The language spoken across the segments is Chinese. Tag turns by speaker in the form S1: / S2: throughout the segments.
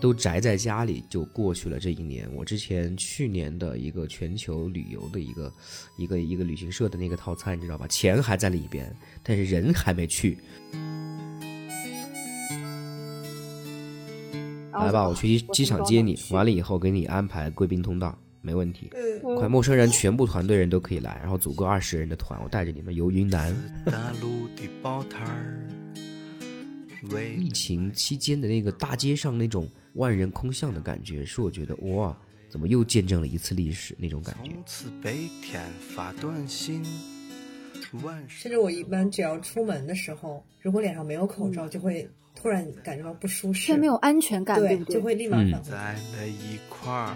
S1: 都宅在家里就过去了这一年。我之前去年的一个全球旅游的一个一个一个旅行社的那个套餐，你知道吧？钱还在里边，但是人还没去。来哦吧，我去机机场接你，完了以后给你安排贵宾通道，没问题。
S2: 嗯，
S1: 快，陌生人全部团队人都可以来，然后组个二十人的团，我带着你们游云南。
S3: 大陆的报摊儿，为
S1: 疫情期间的那个大街上那种万人空巷的感觉，是我觉得哇，怎么又见证了一次历史那种感觉。
S3: 从此白天发短信，晚上
S2: 甚至我一般只要出门的时候，如果脸上没有口
S1: 嗯
S2: 罩，就会突然感觉到不舒适，
S4: 却没有安全感，
S2: 对
S4: 不，对？
S2: 就会立马
S1: 嗯
S2: 返回。
S3: 在了一块儿。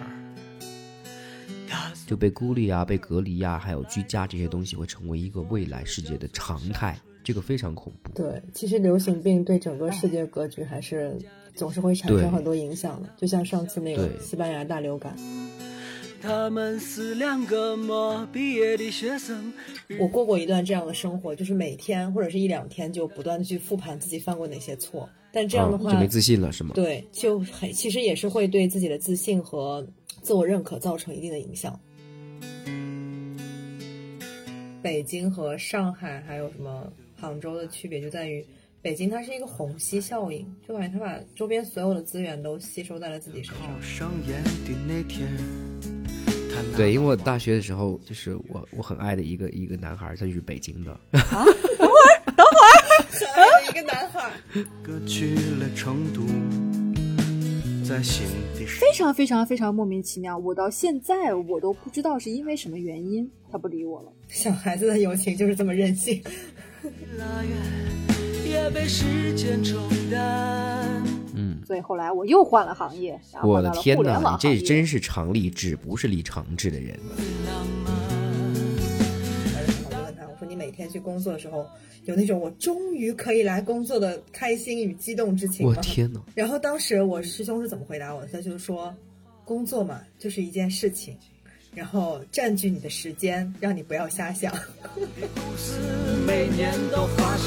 S1: 就被孤立啊、被隔离啊，还有居家这些东西会成为一个未来世界的常态，这个非常恐怖。
S5: 对，其实流行病对整个世界格局还是总是会产
S1: 对
S5: 生很多影响的，就像上次那个
S1: 对
S5: 西班牙大流感，
S6: 他们是两个没毕业的学生，
S2: 我过过一段这样的生活，就是每天或者是一两天就不断地去复盘自己犯过哪些错，但这样的
S1: 嗯
S2: 话，
S1: 就没自信了是吗？
S2: 对，就很其实也是会对自己的自信和自我认可造成一定的影响。北京和上海还有什么杭州的区别就在于，北京它是一个虹吸效应，就感觉它把周边所有的资源都吸收在了自己身上
S3: 考。上研的那天，他拿
S1: 对，因为我大学的时候，就是我我很爱的一个一个男孩儿，他就是北京的，
S2: 可
S1: 啊
S2: 爱的一个男孩，
S3: 哥去了成都，在新的
S4: 非常非常非常莫名其妙，我到现在我都不知道是因为什么原因他不理我了。
S2: 小孩子的友情就是这么任性。
S6: 拉远也被时间冲淡。
S1: 嗯。
S4: 所以后来我又换了行业，然后
S1: 我
S4: 换
S1: 的
S4: 到了
S1: 天
S4: 互联
S1: 哪，
S4: 网
S1: 你这
S4: 行业。嗯
S1: 真是常立志，不是立长志的人。
S2: 我就问他，我说你每天去工作的时候，有那种我终于可以来工作的开心与激动之情
S1: 我
S2: 吗？
S1: 天哪！
S2: 然后当时我师兄是怎么回答我的？他就是说，工作嘛，就是一件事情，然后占据你的时间，让你不要瞎想。
S6: 每年都发生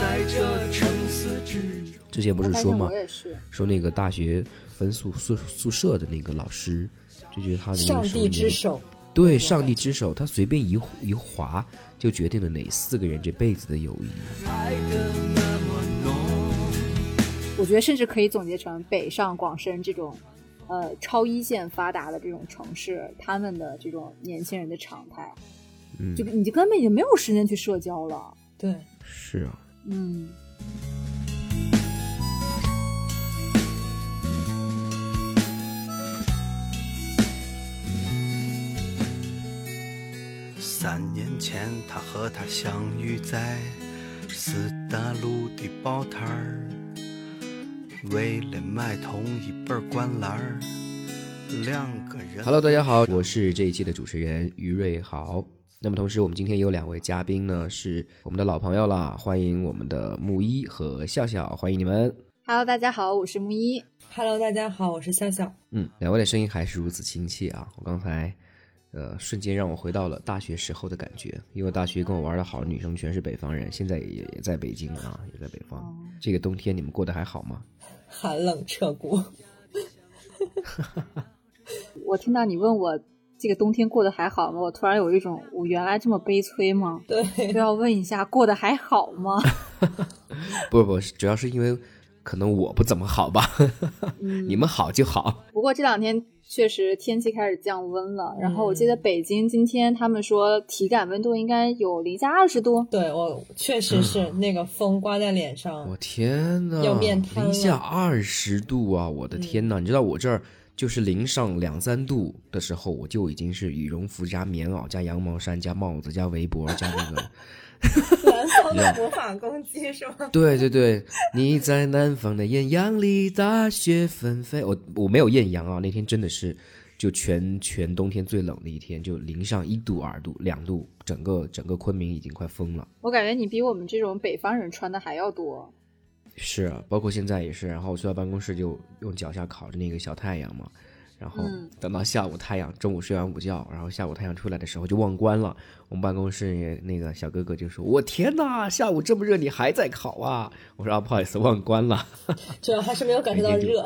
S6: 在这城市之中。
S1: 之前不
S4: 我
S1: 是
S4: 发
S1: 说
S4: 现
S1: 吗
S4: 我？也是，
S1: 说那个大学分宿宿宿舍的那个老师，就觉得他的那
S5: 上
S1: 个手
S5: 帝
S1: 里
S5: 之
S1: 面
S5: 手，
S1: 对上帝之手，他随便一一划就决定了哪四个人这辈子的友谊。
S4: 我觉得甚至可以总结成北上广深这种，呃，超一线发达的这种城市，他们的这种年轻人的常态，
S1: 嗯
S4: 就，你就根本就没有时间去社交了。
S2: 对，
S1: 是啊，
S4: 嗯，
S3: 三年前，他和她相遇在四大路的报摊儿，为了买同一本灌篮儿，两个人。
S1: Hello，大家好，我是这一期的主持人于瑞豪。那么同时，我们今天有两位嘉宾呢，是我们的老朋友啦，欢迎我们的木一和笑笑，欢迎你们。
S4: Hello，大家好，我是木一。
S2: Hello，大家好，我是笑笑。
S1: 嗯，两位的声音还是如此亲切啊！我刚才，呃，瞬间让我回到了大学时候的感觉，因为大学跟我玩的好的女生全是北方人，现在也也在北京啊，也在北方。这个冬天你们过得还好吗？
S2: 寒冷彻骨，
S4: 我听到你问我这个冬天过得还好吗？我突然有一种我原来这么悲催吗？
S2: 对，
S4: 都要问一下过得还好吗？
S1: 不不，是主要是因为可能我不怎么好吧，
S4: 嗯
S1: 你们好就好。
S4: 不过这两天确实天气开始降温了，然后我记得北京今天他们说体感温度应该有零下二十度，
S2: 对我确实是那个风刮在脸上，
S1: 嗯我天呐，
S2: 嗯要面瘫了嗯
S1: 零下二十度啊！我的天呐，你知道我这儿就是零上两三度的时候，我就已经是羽绒服加棉袄加羊毛衫加帽子加围脖加那 个。
S2: 南方的魔法攻击是吗？
S1: 对对对，你在南方的艳阳里，大雪纷飞。我我没有艳阳啊，那天真的是就全全冬天最冷的一天，就零上一度、二度、两度，整个整个昆明已经快疯了。
S4: 我感觉你比我们这种北方人穿的还要多。
S1: 是啊，包括现在也是。然后我去到办公室就用脚下烤着那个小太阳嘛，然后
S4: 嗯
S1: 等到下午太阳，中午睡完午觉，然后下午太阳出来的时候就忘关了。我们办公室那个小哥哥就说：“我天呐，下午这么热，你还在烤啊？”我说：“啊，不好意思，忘关了。”
S2: 主要还是没有感受到热。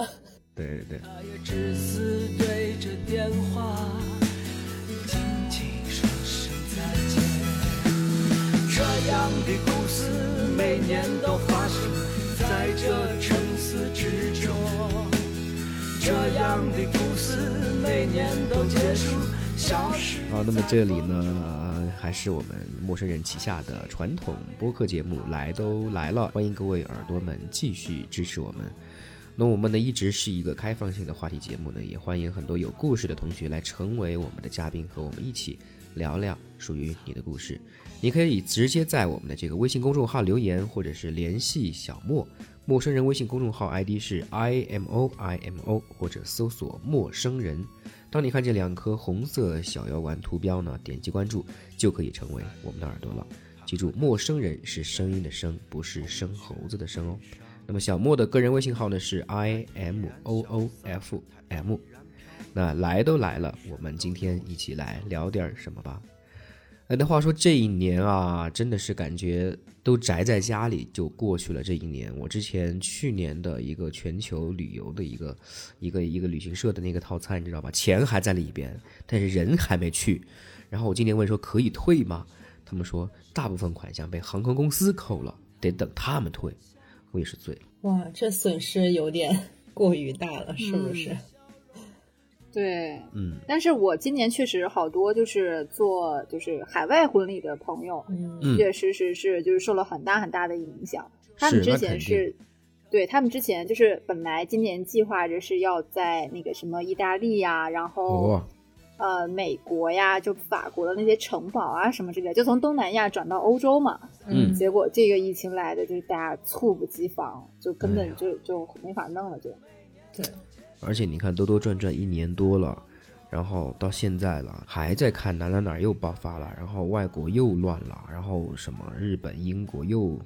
S1: 对对对，
S6: 他也只是对着电话，轻轻说声再见。这样的故事每年都发生在这城市之中，这样的故事每年都结束，消失。
S1: 好，那么这里呢，呃还是我们陌生人旗下的传统播客节目《来都来了》，欢迎各位耳朵们继续支持我们。那我们呢，一直是一个开放性的话题节目呢，也欢迎很多有故事的同学来成为我们的嘉宾，和我们一起聊聊属于你的故事。你可以直接在我们的这个微信公众号留言，或者是联系小莫。陌生人微信公众号 ID 是 i m o i m o，或者搜索“陌生人”。当你看见两颗红色小药丸图标呢，点击关注就可以成为我们的耳朵了。记住，陌生人是声音的声，不是生猴子的生哦。那么小莫的个人微信号呢是 i m o o f m。那来都来了，我们今天一起来聊点儿什么吧。哎，那话说这一年啊，真的是感觉都宅在家里就过去了。这一年，我之前去年的一个全球旅游的一个一个一个旅行社的那个套餐，你知道吧？钱还在里边，但是人还没去。然后我今年问说可以退吗？他们说大部分款项被航空公司扣了，得等他们退。我也是醉了。
S2: 哇，这损失有点过于大了，是不是？
S4: 对，
S1: 嗯，
S4: 但是我今年确实好多就是做就是海外婚礼的朋友，
S1: 嗯
S4: 确实是是就是受了很大很大的影响。他们
S1: 是
S4: 之
S1: 那
S4: 前
S1: 肯
S4: 是，对他们之前就是本来今年计划着是要在那个什么意大利呀、然后、
S1: 哦，
S4: 呃美国呀，就法国的那些城堡啊什么之类的，就从东南亚转到欧洲嘛。
S1: 嗯
S4: 结果这个疫情来的，就是大家猝不及防，就根
S1: 哎呀
S4: 本就就没法弄了，就。
S1: 而且你看兜兜转转一年多了，然后到现在了，还在看哪哪哪又爆发了，然后外国又乱了，然后什么日本、英国又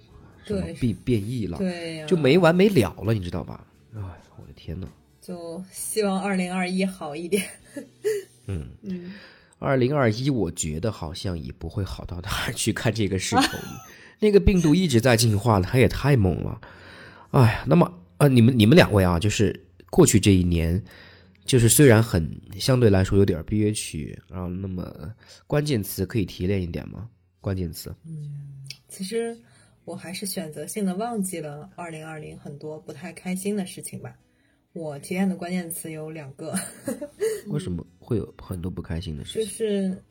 S1: 什么
S2: 对
S1: 变变异了，
S2: 对呀、
S1: 就没完没了了，你知道吧？哎，我的天呐。
S2: 就希望二零二一好一点。
S1: 嗯
S2: 嗯，
S1: 二零二一，我觉得好像也不会好到哪儿去，看这个势头， 那个病毒一直在进化，它也太猛了。哎呀，那么啊，你们你们两位啊，就是过去这一年，就是虽然很相对来说有点憋屈，然后那么关键词可以提炼一点吗？关键词，
S2: 其实我还是选择性的忘记了二零二零很多不太开心的事情吧。我提炼的关键词有两个，
S1: 为什么会有很多不开心的事
S2: 就
S1: 情？
S2: 是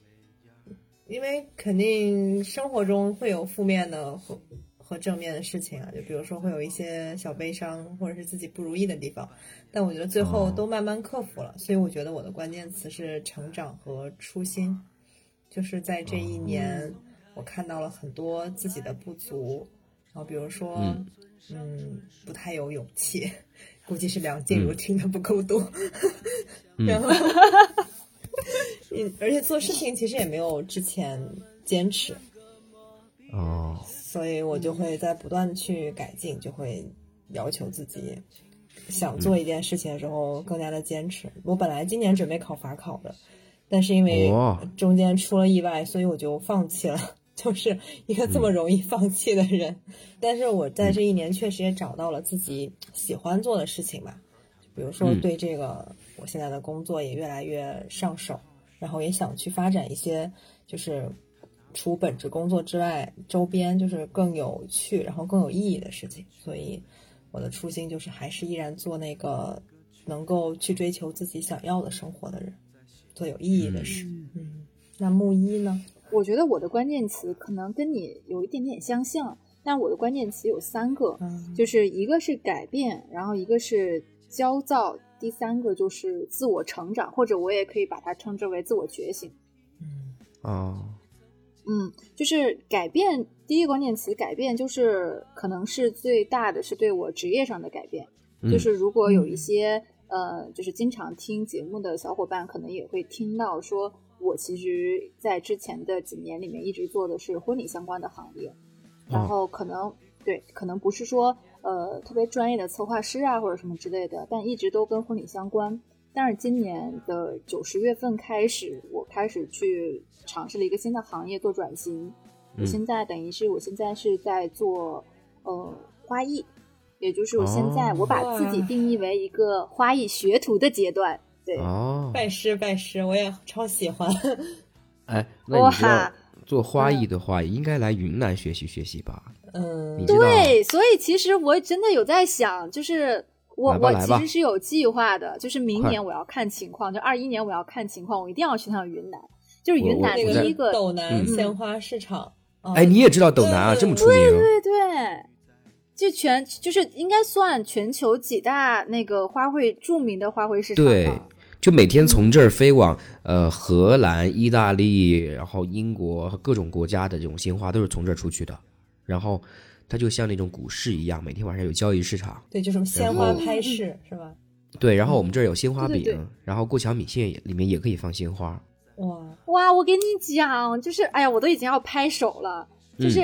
S2: 因为肯定生活中会有负面的和和正面的事情啊，就比如说会有一些小悲伤或者是自己不如意的地方，但我觉得最后
S1: 哦
S2: 都慢慢克服了，所以我觉得我的关键词是成长和初心，就是在这一年我看到了很多自己的不足，然后比如说
S1: 嗯
S2: 嗯不太有勇气，估计是梁静茹听的不够多， 然后。嗯，而且做事情其实也没有之前坚持，
S1: 哦，
S2: 所以我就会在不断地去改
S1: 嗯
S2: 进，就会要求自己想做一件事情的时候更加的坚持。我本来今年准备考法考的，但是因为
S1: 哦
S2: 中间出了意外，所以我就放弃了。 就是一个这么容易放弃的人，但是我在这一年确实也找到了自己喜欢做的事情吧，比如说
S1: 嗯
S2: 对这个我现在的工作也越来越上手，然后也想去发展一些就是除本职工作之外，周边就是更有趣，然后更有意义的事情。所以我的初心就是还是依然做那个能够去追求自己想要的生活的人，做有意义的事。嗯，那木一呢？
S4: 我觉得我的关键词可能跟你有一点点相像，但我的关键词有三个，
S2: 嗯，
S4: 就是一个是改变，然后一个是焦躁，第三个就是自我成长，或者我也可以把它称之为自我觉醒。
S1: 哦，
S4: 嗯，就是改变，第一个关键词改变，就是可能是最大的是对我职业上的改变。
S1: 嗯
S4: 就是如果有一些呃，就是经常听节目的小伙伴，可能也会听到说，我其实在之前的几年里面一直做的是婚礼相关的行业，然后可能、对，可能不是说呃特别专业的策划师啊或者什么之类的，但一直都跟婚礼相关。但是今年的九十月份开始，我开始去尝试了一个新的行业做转型。
S1: 嗯
S4: 我现在等于是我现在是在做呃花艺，也就是我现在我把自己定义为一个花艺学徒的阶段。对，
S1: 哦，
S7: 拜师拜师，我也超喜 欢。
S1: 哎，那你知道
S4: 哇
S1: 做花艺的话，应该来云南学习学习吧？你
S7: 嗯，
S1: 知道
S4: 对，所以其实我真的有在想，就是我
S1: 来吧
S4: 我
S1: 来
S4: 其
S1: 吧
S4: 实是有计划的，就是明
S1: 快
S4: 年我要看情况，就二一年我要看情况，我一定要去趟云南。就是
S1: 我
S4: 云
S1: 我
S4: 南
S7: 那
S1: 我
S4: 第
S1: 在
S4: 一
S7: 是
S4: 个，
S7: 斗南
S1: 嗯
S7: 鲜花市场。
S4: 哦
S7: 啊
S1: 哎，你也知道斗南啊，
S7: 对
S1: 这么出名，
S4: 对对，就全就是应该算全球几大那个花卉著名的花卉市场吧。
S1: 对就每天从这儿飞往呃荷兰、意大利，然后英国和各种国家的这种鲜花都是从这儿出去的，然后它就像那种股市一样，每天晚上有交易市场。
S7: 对，就什么鲜
S1: 哦
S7: 花拍市是吧？
S1: 对，然后我们这儿有鲜花饼，
S4: 对对对
S1: 然后过桥米线也里面也可以放鲜花。
S7: 哇，
S4: 哇，我跟你讲，就是哎呀，我都已经要拍手了。就是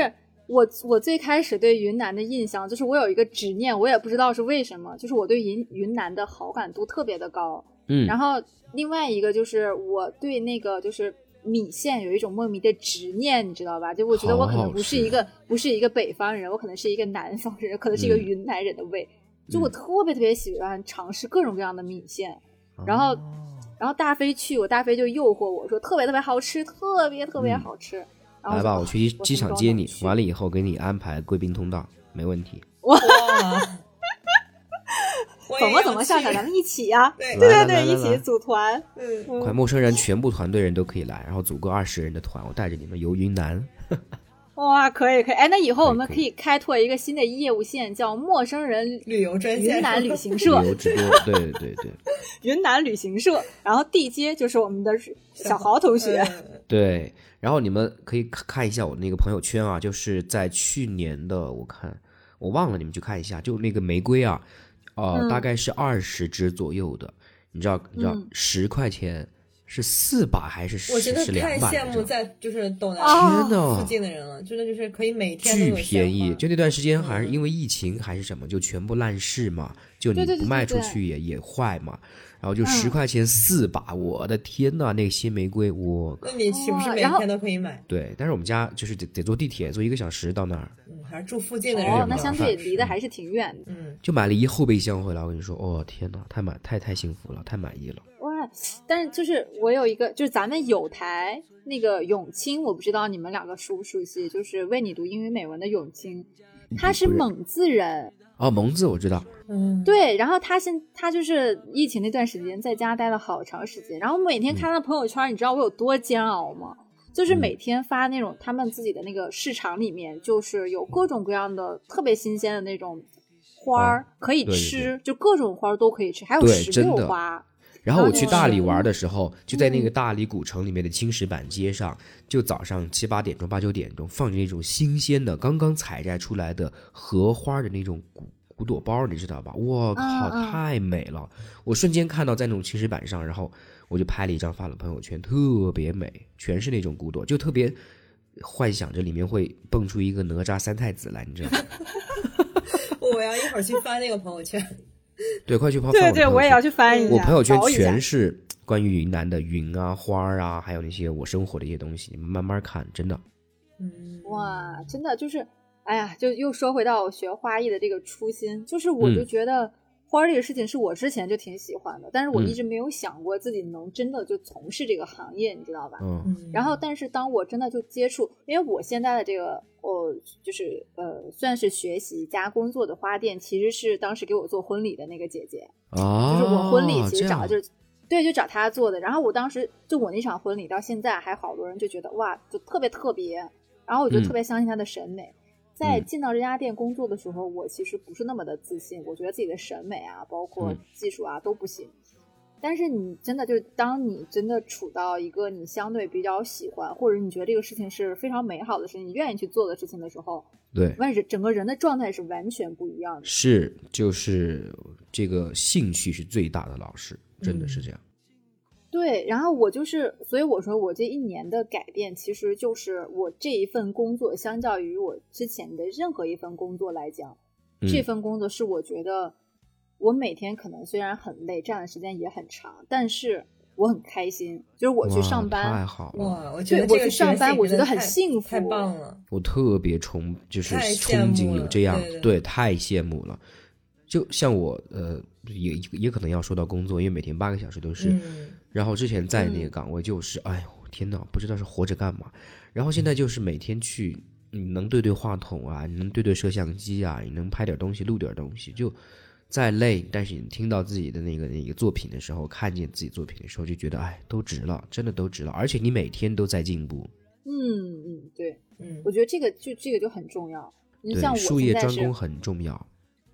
S4: 我、我最开始对云南的印象，就是我有一个执念，我也不知道是为什么，就是我对云云南的好感度特别的高。
S1: 嗯，
S4: 然后另外一个就是我对那个就是米线有一种莫名的执念，你知道吧？就我觉得我
S1: 好
S4: 可能
S1: 好
S4: 不是
S1: 吃
S4: 一个不是一个北方人，我可能是一个南方人，可能是一个
S1: 嗯
S4: 云南人的胃。就我
S1: 嗯
S4: 特别特别喜欢尝试各种各样的米线，
S1: 哦
S4: 然后然后大飞去，我大飞就诱惑我说特别特别好吃，特别特别
S1: 嗯
S4: 好吃。然后
S1: 来
S4: 就
S1: 吧，
S4: 啊
S1: 我去机
S4: 什
S1: 场
S4: 么时候
S1: 接
S4: 能
S1: 你，
S4: 去
S1: 完了以后给你安排贵宾通道，没问题。
S7: 哇
S4: 怎么怎么上场，咱们一起呀、
S7: 对
S1: 来
S4: 对
S1: 来
S4: 对，
S1: 来
S4: 一
S1: 来
S4: 起
S1: 来，
S4: 组团。
S7: 嗯，
S1: 快，陌生人全部团队人都可以来，然后组个二十人的团，我带着你们游云南。
S4: 哇，可以可以，哎，那以后
S1: 可以
S4: 我们
S1: 可
S4: 可
S1: 以
S4: 以开拓一个新的业务线，叫陌生人
S7: 旅游专线
S4: 云南旅行
S1: 旅
S4: 社，
S1: 游直播，对对对对
S4: 云南旅行社，然后地接就是我们的小豪同学，
S7: 嗯
S1: 对。然后你们可以看看一下我那个朋友圈啊，就是在去年的，我看我忘了，你们去看一下，就那个玫瑰啊，呃，
S4: 嗯
S1: 大概是二十支左右的，你知道，你知道
S4: 嗯
S1: 十、块钱是四把还是
S7: 我觉
S1: 是
S7: 得
S1: 是
S7: 太
S1: 两把？
S7: 羡
S1: 你知
S7: 慕
S1: 道
S7: 在就是斗
S4: 啊
S7: 南
S1: 真的
S7: 附近的人了，真的就是可以每天都
S1: 巨
S7: 有鲜
S1: 便宜，
S7: 花
S1: 就那段时间还是
S7: 嗯
S1: 因为疫情还是什么，就全部烂市嘛，就你
S4: 对对
S1: 不
S4: 对
S1: 卖
S4: 对
S1: 出
S4: 对
S1: 去也也坏嘛，然后就
S4: 嗯
S1: 十块钱四把，我的天呐，那些玫瑰我
S7: 那你是不是
S4: 哇
S7: 每
S4: 然后
S7: 天都可以买？
S1: 对，但是我们家就是得得坐地铁，坐一个小时到那儿，
S7: 嗯，还是住附近的人比较好，
S4: 哦那相对离得
S1: 嗯
S4: 还是挺远的。
S7: 嗯，
S1: 就买了一后备箱回来。我跟你说，哦天呐，太满太太幸福了，太满意了。
S4: 哇，但是就是我有一个，就是咱们有台那个永清，我不知道你们两个熟不熟悉，就是为你读英语美文的永清，他是
S1: 不认
S4: 蒙自人，
S1: 哦，蒙自我知道，
S7: 嗯，
S4: 对，然后他现他就是疫情那段时间在家待了好长时间，然后每
S1: 嗯
S4: 天看他的朋友圈，你知道我有多煎熬吗？就是每天发那种他们自己的那个市场里面，就是有各种各样的特别新鲜的那种花儿可以
S1: 哦对对
S4: 吃，就各种花儿都可以吃，还有
S1: 对
S4: 石
S1: 真
S4: 榴
S1: 的
S4: 花。
S1: 然后我
S4: 然后
S1: 去
S4: 你
S1: 大
S4: 是
S1: 理玩的时候，
S4: 嗯
S1: 就在那个大理古城里面的青石板街上，就早上七八点钟、八九点钟放着那种新鲜的、刚刚采摘出来的荷花的那种古古朵包，你知道吧？我靠，
S4: 嗯
S1: 太美了！我瞬间看到在那种青石板上，然后我就拍了一张发了朋友圈，特别美，全是那种古朵，就特别幻想着里面会蹦出一个哪吒三太子来，你知道吗？
S7: 我要一会儿去翻那个朋友圈。
S1: 对，快去泡泡
S4: 对
S1: 的
S4: 对，
S1: 朋友
S4: 我也
S1: 圈
S4: 要去翻一下，
S1: 我朋友圈
S4: 找一下
S1: 全是关于云南的云啊、花儿啊，还有那些我生活的一些东西，你们慢慢看，真的。
S7: 嗯，
S4: 哇，真的就是，哎呀，就又说回到我学花艺的这个初心，就是我就
S1: 嗯
S4: 觉得花儿这个事情是我之前就挺喜欢的，但是我
S1: 嗯
S4: 一直没有想过自己能真的就从事这个行业，你知道吧？
S1: 嗯
S7: 嗯，
S4: 然后，但是当我真的就接触，因为我现在的这个，我就是呃，算是学习加工作的花店，其实是当时给我做婚礼的那个姐姐，
S1: 啊，
S4: 嗯就是我婚礼其实
S1: 这
S4: 找
S1: 样
S4: 的就是，对，就找他做的。然后我当时就我那场婚礼到现在还好多人就觉得哇，就特别特别。然后我就
S1: 嗯
S4: 特别相信他的审美。在
S1: 嗯
S4: 进到这家店工作的时候，我其实不是那么的自信，我觉得自己的审美啊，包括
S1: 嗯
S4: 技术啊都不行。但是你真的就是，当你真的处到一个你相对比较喜欢，或者你觉得这个事情是非常美好的事情，你愿意去做的事情的时候，
S1: 对，
S4: 完整整个人的状态是完全不一样的。
S1: 是就是这个兴趣是最大的老师，真的是这
S4: 嗯
S1: 样。
S4: 对，然后我就是，所以我说我这一年的改变，其实就是我这一份工作，相较于我之前的任何一份工作来讲，这
S1: 嗯
S4: 份工作是我觉得我每天可能虽然很累，站的时间也很长，但是我很开心，就是我去
S1: 哇
S4: 上
S1: 太
S4: 班，
S1: 好了，
S7: 哇，我觉得
S4: 对
S7: 这
S4: 我
S7: 个
S4: 去上班
S7: 学习
S4: 我觉
S7: 真
S4: 得
S7: 的
S4: 很
S7: 太
S4: 幸福
S7: 太棒了。
S1: 我特别崇就是
S7: 太羡
S1: 憧
S7: 慕
S1: 憬有
S7: 了
S1: 这样
S7: 对对
S1: 太羡慕了。就像我呃，也也可能要说到工作，因为每天八个小时都是。
S4: 嗯
S7: 嗯
S1: 然后之前在那个岗位就是，哎呦天呐，不知道是活着干嘛。然后现在就是每天去，你能对对话筒啊，你能对对摄像机啊，你能拍点东西，录点东西，就再累，但是你听到自己的那个那个作品的时候，看见自己作品的时候，就觉得哎，都值了，真的都值了。而且你每天都在进步，
S4: 嗯嗯，对，
S2: 嗯
S4: 我觉得这个就这个就很重要。你
S1: 对
S4: 像，我
S1: 术
S4: 现
S1: 业
S4: 在
S1: 专
S4: 是
S1: 攻很重要。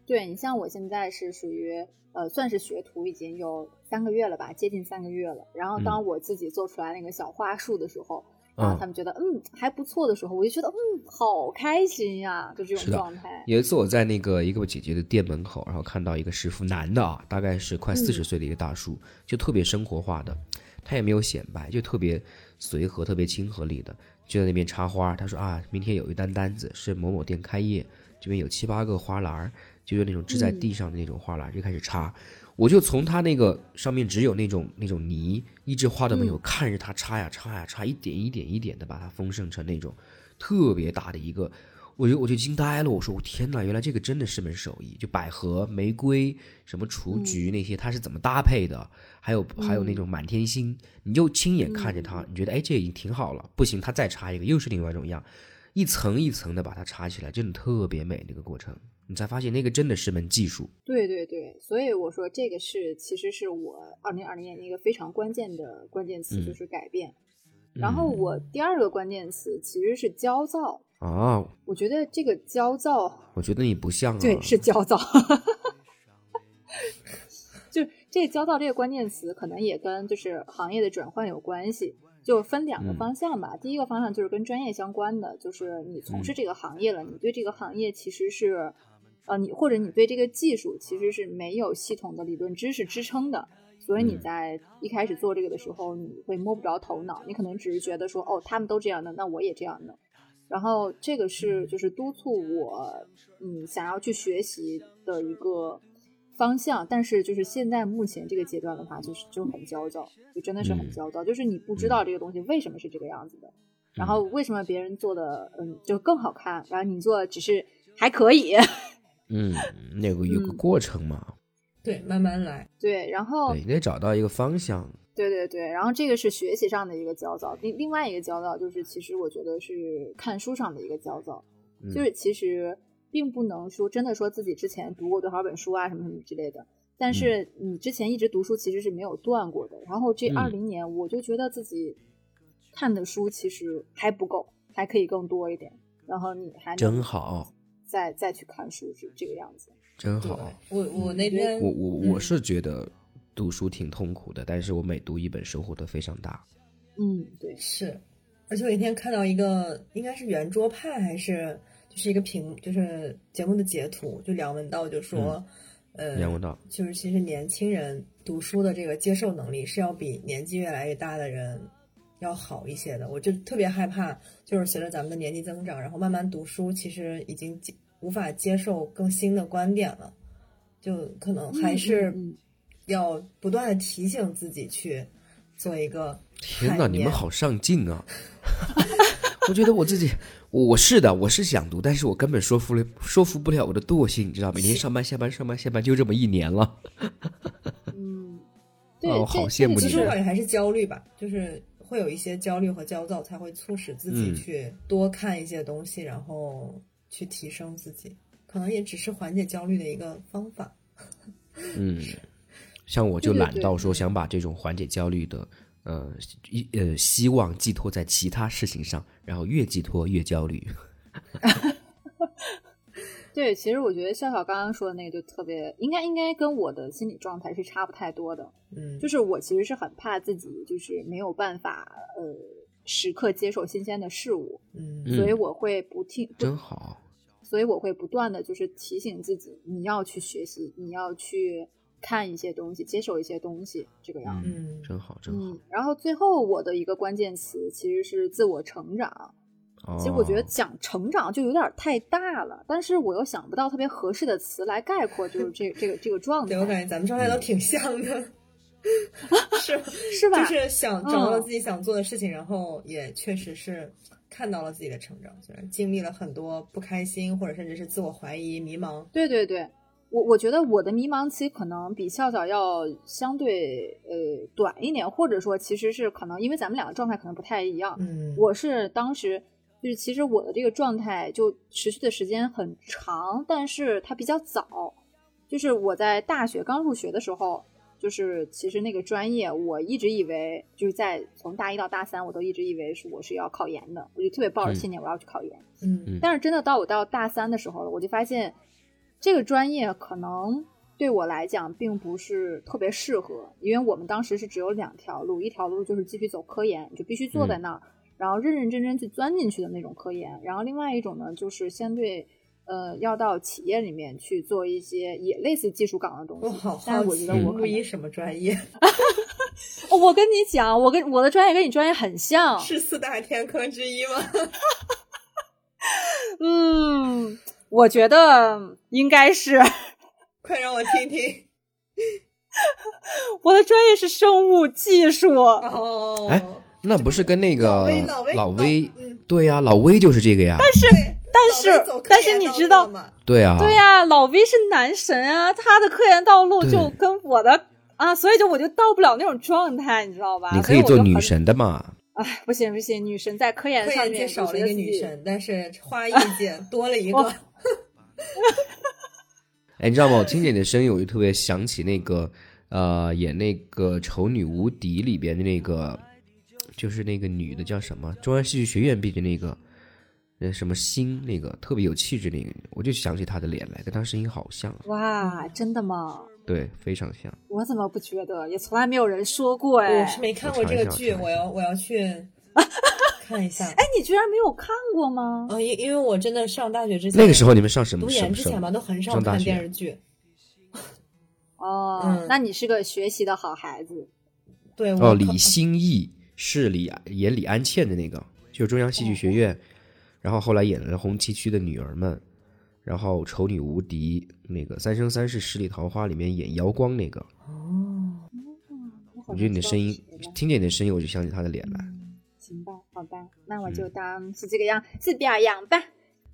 S4: 对你像我现在是属于呃，算是学徒已经有三个月了吧，接近三个月了。然后当我自己做出来那个小花束的时候，然后他
S1: 嗯，
S4: 们觉得嗯还不错的时候，我就觉得嗯好开心呀、就这种
S1: 是的
S4: 状态。
S1: 有一次我在那个一个我姐姐的店门口，然后看到一个师傅，男的啊，大概是快四十岁的一个大叔，就特别生活化的，他也没有显摆，就特别随和，特别亲和力的，就在那边插花。他说啊，明天有一单单子是某某店开业，这边有七八个花篮儿，就是那种支在地上的那种花篮儿，就开始插。我就从他那个上面只有那种那种泥，一枝花都没有，看着他插呀插呀插，一点一点一点的把它丰盛成那种特别大的一个，我就我就惊呆了，我说我天哪，原来这个真的是门手艺，就百合、玫瑰、什么雏菊那些，它是怎么搭配的？还有还有那种满天星，你就亲眼看着
S4: 嗯
S1: 它，你觉得哎这已经挺好了，不行，它再插一个又是另外一种样，一层一层的把它插起来，真的特别美那个过程，你才发现那个真的是门技术。
S4: 对对对，所以我说这个是其实是我二零二零年的一个非常关键的关键词，
S1: 嗯
S4: 就是改变。然后我第二个关键词其实是焦躁，
S1: 嗯啊，
S4: 我觉得这个焦躁
S1: 我觉得你不像啊，
S4: 对，是焦躁。 就是这个焦躁这个关键词，可能也跟就是行业的转换有关系。就分两个
S1: 嗯
S4: 方向吧。第一个方向就是跟专业相关的，就是你从
S1: 嗯
S4: 事这个行业了，你对这个行业其实是，呃，你或者你对这个技术其实是没有系统的理论知识支撑的，所以你
S1: 嗯
S4: 在一开始做这个的时候，你会摸不着头脑，你可能只是觉得说，哦，他们都这样的，那我也这样的。然后这个是就是督促我，嗯，想要去学习的一个方向。但是就是现在目前这个阶段的话，就是就很焦躁，就真的是很
S1: 嗯
S4: 焦躁，就是你不知道这个东西为什么是这个样子的，然后为什么别人做的嗯就更好看，然后你做只是还可以，
S1: 嗯，那个有个
S4: 嗯哦
S1: 过程嘛，
S2: 对，慢慢来。
S4: 对，然后
S1: 对，你得找到一个方向。
S4: 对对对，然后这个是学习上的一个焦躁，另另外一个焦躁就是，其实我觉得是看书上的一个焦躁，
S1: 嗯
S4: 就是其实并不能说真的说自己之前读过多少本书啊，什么什么之类的，
S1: 嗯
S4: 但是你之前一直读书其实是没有断过的。然后这
S1: 嗯
S4: 二零年，我就觉得自己看的书其实还不够，还可以更多一点。然后你还能
S1: 真好，
S4: 再再去看书是这个样子。
S1: 真
S2: 对
S1: 好。，
S2: 我我那边
S1: 我我我
S2: 嗯
S1: 是觉得读书挺痛苦的，但是我每读一本收获都非常大。
S4: 嗯，对，
S2: 是，而且我那天看到一个，应该是圆桌派还是就是一个屏，就是节目的截图，就梁文道就说，呃，
S1: 嗯梁文道，
S2: 就是其实年轻人读书的这个接受能力是要比年纪越来越大的人要好一些的。我就特别害怕，就是随着咱们的年纪增长，然后慢慢读书，其实已经接无法接受更新的观点了，就可能还是
S4: 嗯嗯嗯
S2: 要不断的提醒自己去做一个
S1: 天哪，
S2: 哪，
S1: 你们好上进啊！ 我觉得我自己，我我是的，我是想读，但是我根本说服了说服不了我的惰性，你知道，每天上班下班上班下班就这么一年了。
S4: 嗯，对，
S1: 哦
S4: 这
S1: 好
S4: 这
S1: 羡慕
S4: 个
S2: 其
S1: 你
S2: 实
S4: 就
S2: 我
S4: 是
S2: 感觉还是焦虑吧，就是会有一些焦虑和焦躁，才会促使自己
S1: 嗯
S2: 去多看一些东西，然后去提升自己。可能也只是缓解焦虑的一个方法。
S1: 嗯，像我就
S4: 对对
S1: 懒
S4: 对
S1: 到说想把这种缓解焦虑的呃一呃希望寄托在其他事情上，然后越寄托越焦虑。
S4: 对，其实我觉得笑笑刚刚说的那个就特别，应该应该跟我的心理状态是差不太多的。
S2: 嗯，
S4: 就是我其实是很怕自己就是没有办法呃时刻接受新鲜的事物，
S2: 嗯
S1: 嗯
S4: 所以我会不停，不
S1: 真好，
S4: 所以我会不断的就是提醒自己，你要去学习，你要去看一些东西，接受一些东西，这个样子。
S2: 嗯
S1: 真好，真好。
S4: 嗯，然后最后我的一个关键词其实是自我成长。
S1: 哦、
S4: 其实我觉得讲成长就有点太大了，但是我又想不到特别合适的词来概括，就是这这个这个状
S2: 对我感
S4: 态，
S2: 觉咱们状态都挺像的，
S4: 嗯
S2: 是
S4: 是吧？
S2: 就是想找到
S4: 嗯
S2: 自己想做的事情，然后也确实是看到了自己的成长，虽然经历了很多不开心或者甚至是自我怀疑、迷茫。
S4: 对对对，我我觉得我的迷茫期可能比笑笑要相对呃短一点，或者说其实是可能因为咱们俩的状态可能不太一样。
S2: 嗯，
S4: 我是当时就是其实我的这个状态就持续的时间很长，但是它比较早，就是我在大学刚入学的时候，就是其实那个专业我一直以为就是在从大一到大三我都一直以为是我是要考研的，我就特别抱着信念我要去考研。
S2: 嗯
S4: 但是真的到我到大三的时候了，我就发现这个专业可能对我来讲并不是特别适合，因为我们当时是只有两条路，一条路就是继续走科研，你就必须坐在那儿，然后认认真真去钻进去的那种科研；然后另外一种呢，就是相对。呃，要到企业里面去做一些也类似技术岗的东西，
S2: 我好
S4: 但
S2: 好
S4: 是我觉
S2: 奇
S4: 得我可
S2: 木
S4: 能
S2: 一什么专业？
S4: 哦我跟你讲，我跟我的专业跟你专业很像，
S2: 是四大天坑之一吗？
S4: 嗯，我觉得应该是。
S2: 快让我听听。
S4: 我的专业是生物技术，
S2: 哦，
S1: 哎那不是跟那个
S2: 老威老威
S1: 老
S2: 老
S1: 威
S2: 嗯
S1: 对呀、老威就是这个呀，
S2: 是，
S4: 但
S2: 老魏走
S4: 是
S2: 科
S4: 但是
S2: 研
S4: 你
S2: 道
S4: 知
S2: 路
S4: 道，
S2: 吗？
S1: 对啊呀、
S4: 对呀、老 V 是男神啊，他的科研道路
S1: 对
S4: 就跟我的啊，所以就我就到不了那种状态，你知道吧？
S1: 你可
S4: 所
S1: 以
S4: 我
S1: 做
S4: 就
S1: 女
S4: 很，
S1: 神的嘛，
S4: 哎，不行不行，女神在科研
S2: 科
S4: 上
S2: 研界
S4: 面
S2: 少
S4: 我觉
S2: 了一
S4: 得
S2: 个
S4: 自
S2: 女
S4: 己，
S2: 神，但是花艺 界多了一
S4: 我
S2: 个。
S1: 哎，你知道吗？我听见你的声音，我就特别想起那个呃，演那个《丑女无敌》里边的那个，就是那个女的叫什么？中央戏剧学院毕业的那个，呃，什么星那个特别有气质那个，我就想起她的脸来，跟她声音好像啊，
S2: 嗯
S4: 哇，真的吗？
S1: 对，非常像。
S4: 我怎么不觉得？也从来没有人说过哎。
S2: 我是没看过这个剧，我要我要 去看一下。
S4: 哎，你居然没有看过吗？
S2: 嗯，因因为我真的上大学之前，
S1: 那个时候你们上什么
S2: 读
S1: 什
S2: 研
S1: 么
S2: 之前吧，
S1: 什
S2: 都
S1: 么？
S2: 很少
S1: 上大
S2: 看
S1: 学
S2: 电视剧。
S4: 哦，
S2: 嗯
S4: 那你是个学习的好孩子。
S2: 对，我
S1: 哦，
S2: 看
S1: 李心毅是李演李安茜的那个，就是中央戏剧学院，然后后来演了《红旗区的女儿们》，然后《丑女无敌》那个《三生三世十里桃花》里面演瑶光那个，
S2: 哦，
S1: 我觉得你的声音
S4: 我好像知道是谁了，
S1: 听见你的声音我就想起她的脸来，
S4: 行吧，好吧，那我
S1: 嗯
S4: 就当是这个样，是表扬吧。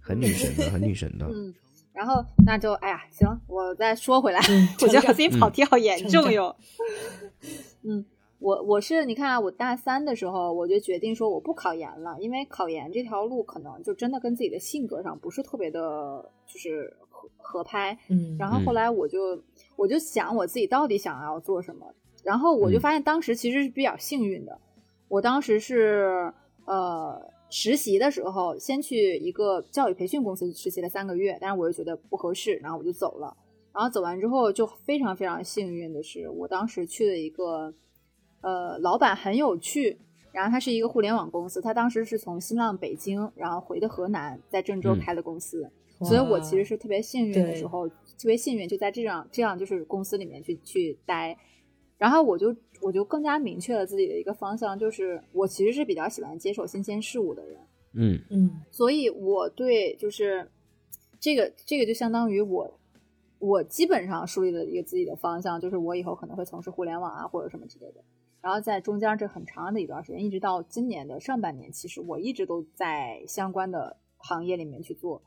S1: 很女神的，很女神的。
S4: 嗯，然后那就哎呀，行，我再说回来， 我
S2: 嗯成
S4: 觉得我
S2: 长
S4: 自己跑题好严
S2: 成
S4: 重
S2: 长
S4: 哟。 嗯，我我是你看啊，我大三的时候我就决定说我不考研了，因为考研这条路可能就真的跟自己的性格上不是特别的，就是合合拍。
S2: 嗯，
S4: 然后
S1: 嗯
S4: 后来我就、我就想我自己到底想要做什么，然后我
S1: 嗯
S4: 就发现当时其实是比较幸运的，我当时是呃实习的时候，先去一个教育培训公司实习了三个月，但是我又觉得不合适，然后我就走了。然后走完之后，就非常非常幸运的是，我当时去了一个，呃，老板很有趣，然后他是一个互联网公司，他当时是从新浪北京，然后回的河南，在郑州
S1: 嗯
S4: 开了公司。所以我其实
S2: 是
S4: 是特别幸运的
S2: 对
S4: 时候，特别幸运就在这样这样就是公司里面去去待，然后我就我就更加明确了自己的一个方向，就是我其实是比较喜欢接受新鲜事物的人，
S1: 嗯
S2: 嗯
S4: 所以我对就是这个这个就相当于我我基本上树立了一个自己的方向，就是我以后可能会从事互联网啊或者什么之类的。然后在中间这很长的一段时间，一直到今年的上半年，其实我一直都在相关的行业里面去做。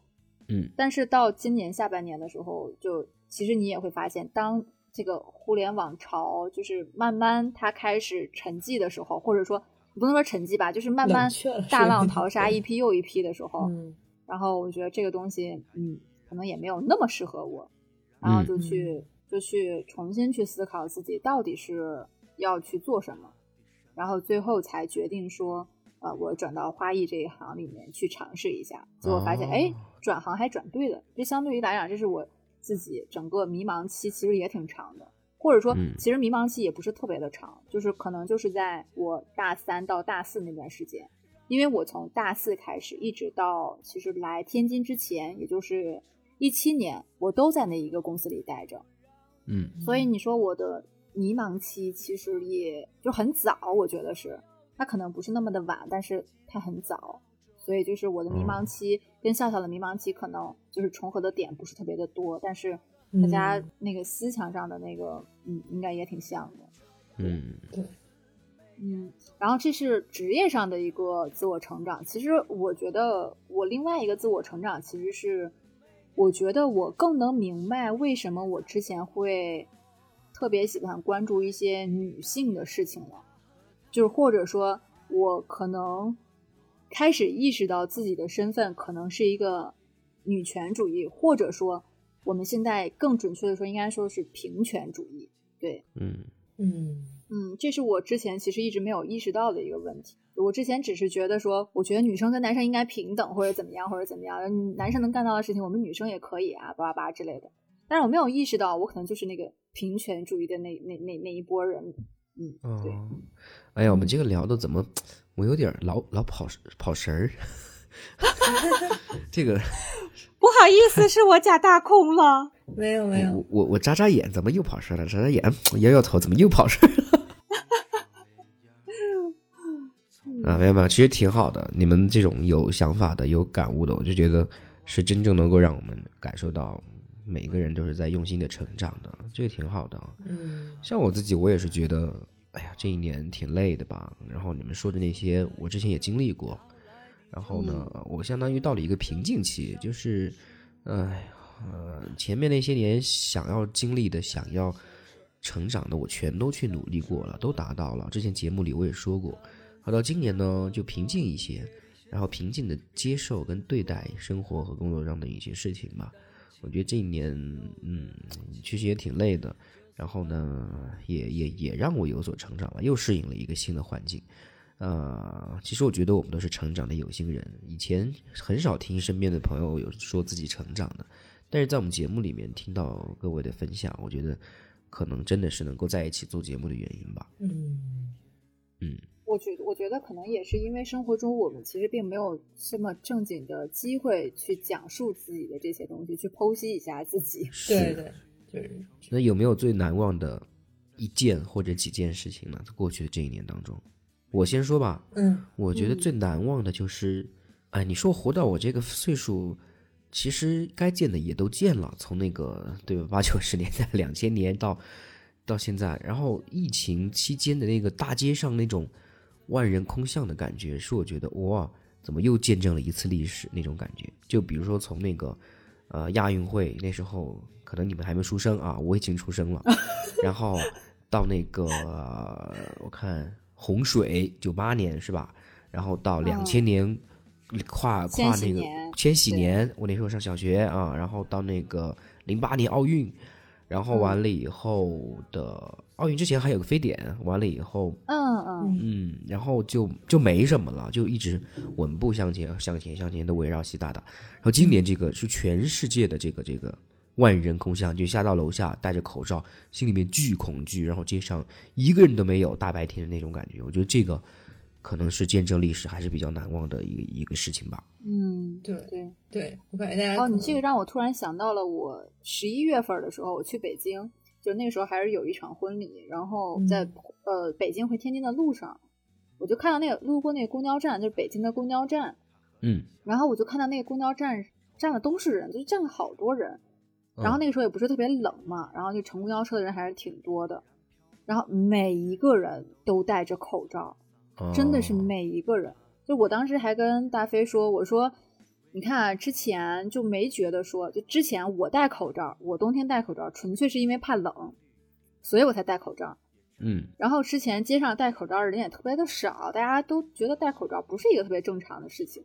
S1: 嗯，
S4: 但是到今年下半年的时候，就其实你也会发现，当这个互联网潮就是慢慢它开始沉寂的时候，或者说你不能说沉寂吧，就是慢慢
S2: 冷却了
S4: 大
S2: 是
S4: 浪淘 沙
S2: 对
S4: 一批又一批的时候，
S2: 嗯
S4: 然后我觉得这个东西，嗯，可能也没有那么适合我，然后
S1: 嗯
S4: 就去、就去重新去思考自己到底是要去做什么，然后最后才决定说，呃，我转到花艺这一行里面去尝试一下，结果发现，
S1: 哦
S4: 哎、转行还转对了，这相对于来讲，这是我自己整个迷茫期其实也挺长的。或者说
S1: 嗯，
S4: 其实迷茫期也不是特别的长，就是可能就是在我大三到大四那段时间，因为我从大四开始，一直到其实来天津之前，也就是一七年，我都在那一个公司里待着。
S1: 嗯
S4: 所以你说我的迷茫期其实也就很早，我觉得是，它可能不是那么的晚，但是它很早。所以就是我的迷茫期跟笑笑的迷茫期可能就是重合的点不是特别的多，但是大家
S2: 嗯
S4: 那个思想上的那个嗯应该也挺像的。
S1: 嗯
S4: 嗯，然后这是职业上的一个自我成长。其实我觉得我另外一个自我成长其实是，我觉得我更能明白为什么我之前会特别喜欢关注一些女性的事情了，就是或者说，我可能开始意识到自己的身份可能是一个女权主义，或者说我们现在更准确的说，应该说是平权主义。对，
S1: 嗯
S2: 嗯
S4: 嗯，这是我之前其实一直没有意识到的一个问题。我之前只是觉得说，我觉得女生跟男生应该平等，或者怎么样，或者怎么样，男生能干到的事情，我们女生也可以啊，叭叭之类的。但是我没有意识到，我可能就是那个平权主义的那那那那一波人。嗯，对，
S1: 哦，哎呀，我们这个聊的怎么，我有点儿老老跑跑神儿。 这个
S8: 不好意思，是我假大空了。
S2: 没有没有，
S1: 我我我眨眨眼，怎么又跑神儿了？眨眨眼，摇摇头，怎么又跑神儿了？ 啊，没有没有，其实挺好的。你们这种有想法的、有感悟的，我就觉得是真正能够让我们感受到每一个人都是在用心的成长的，这个挺好的啊。
S2: 嗯
S1: 像我自己，我也是觉得，哎呀，这一年挺累的吧。然后你们说的那些，我之前也经历过。然后呢，我相当于到了一个瓶颈期，就是，哎呀，呃，前面那些年想要经历的、想要成长的，我全都去努力过了，都达到了。之前节目里我也说过，好到今年呢，就平静一些，然后平静的接受跟对待生活和工作上的一些事情吧。我觉得这一年，嗯，其实也挺累的，然后呢，也也也让我有所成长了，又适应了一个新的环境。呃，其实我觉得我们都是成长的有心人，以前很少听身边的朋友有说自己成长的，但是在我们节目里面听到各位的分享，我觉得可能真的是能够在一起做节目的原因吧。
S2: 嗯
S1: 嗯，
S4: 我觉我觉得可能也是因为生活中我们其实并没有这么正经的机会去讲述自己的这些东西，去剖析一下自己。
S2: 对
S1: 是。
S2: 对，就是
S1: 那有没有最难忘的一件或者几件事情呢？在过去的这一年当中，我先说吧。
S2: 嗯
S1: 我觉得
S4: 嗯
S1: 最难忘的就是，哎，你说活到我这个岁数，其实该见的也都见了，从那个对吧，八九十年代、两千年到到现在，然后疫情期间的那个大街上那种万人空巷的感觉，是我觉得哇，怎么又见证了一次历史那种感觉？就比如说从那个呃亚运会那时候，可能你们还没出生啊，我已经出 生了，然后到那个我看洪水九八年是吧？然后到两千年跨
S4: 哦千
S1: 跨
S4: 禧
S1: 那个
S4: 年
S1: 千禧
S4: 对
S1: 年，我那时候上小学啊，然后到那个零八年奥运，然
S4: 嗯
S1: 后完了以后的奥运之前还有个非典，完了以后
S4: 嗯嗯，
S1: 嗯，然后就就没什么了，就一直稳步向前，向前，向前，都围绕习大大。然后今年这个是全世界的这个这个万人空巷，就下到楼下戴着口罩，心里面巨恐惧，然后街上一个人都没有，大白天的那种感觉。我觉得这个可能是见证历史还是比较难忘的一个一个事情吧。
S4: 嗯，
S2: 对
S4: 对。
S2: 对，我感觉大家
S4: 哦，
S2: 可
S4: 你
S2: 能
S1: 啊
S4: 这个让我突然想到了，我十一月份儿的时候，我去北京，就那时候还是有一场婚礼，然后在、呃北京回天津的路上，我就看到那个路过那个公交站，就是北京的公交站，
S1: 嗯，
S4: 然后我就看到那个公交站站的都是人，就是站了好多人，然后
S1: 嗯
S4: 那个时候也不是特别冷嘛，然后就乘公交车的人还是挺多的，然后每一个人都戴着口罩，真的是
S1: 哦
S4: 每一个人。就我当时还跟大飞说，我说，你看啊之前就没觉得说，就之前我戴口罩，我冬天戴口罩，纯粹是因为怕冷，所以我才戴口罩。
S1: 嗯
S4: 然后之前街上戴口罩的人也特别的少，大家都觉得戴口罩不是一个特别正常的事情。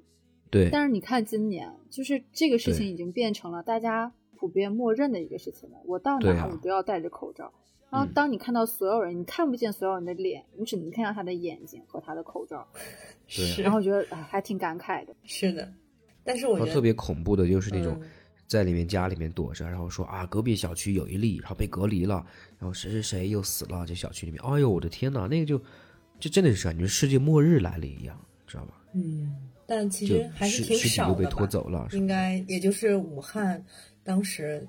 S1: 对
S4: 但是你看今年，就是这个事情
S1: 对
S4: 已经变成了大家普遍默认的一个事情了。我到
S1: 对
S4: 哪
S1: 啊
S4: 儿我都要戴着口罩。然后
S1: 嗯
S4: 当你看到所有人，你看不见所有人的脸，你只能看到他的眼睛和他的口罩，
S2: 是
S4: 然后觉得哎还挺感慨的。
S2: 是的，但是我
S1: 然
S2: 觉
S1: 后
S2: 得
S1: 特别恐怖的就是那种
S2: 嗯
S1: 在里面家里面躲着，然后说啊隔壁小区有一例，然后被隔离了，然后谁谁谁又死了，这小区里面，哎呦我的天呐，那个就就真的是感觉世界末日来了一样，知道吧？
S2: 嗯，但其
S1: 就
S2: 实还
S1: 尸
S2: 是挺
S1: 尸体
S2: 少
S1: 都
S2: 的
S1: 被
S2: 吧
S1: 拖走了，是吧
S2: 应该也就是武汉当时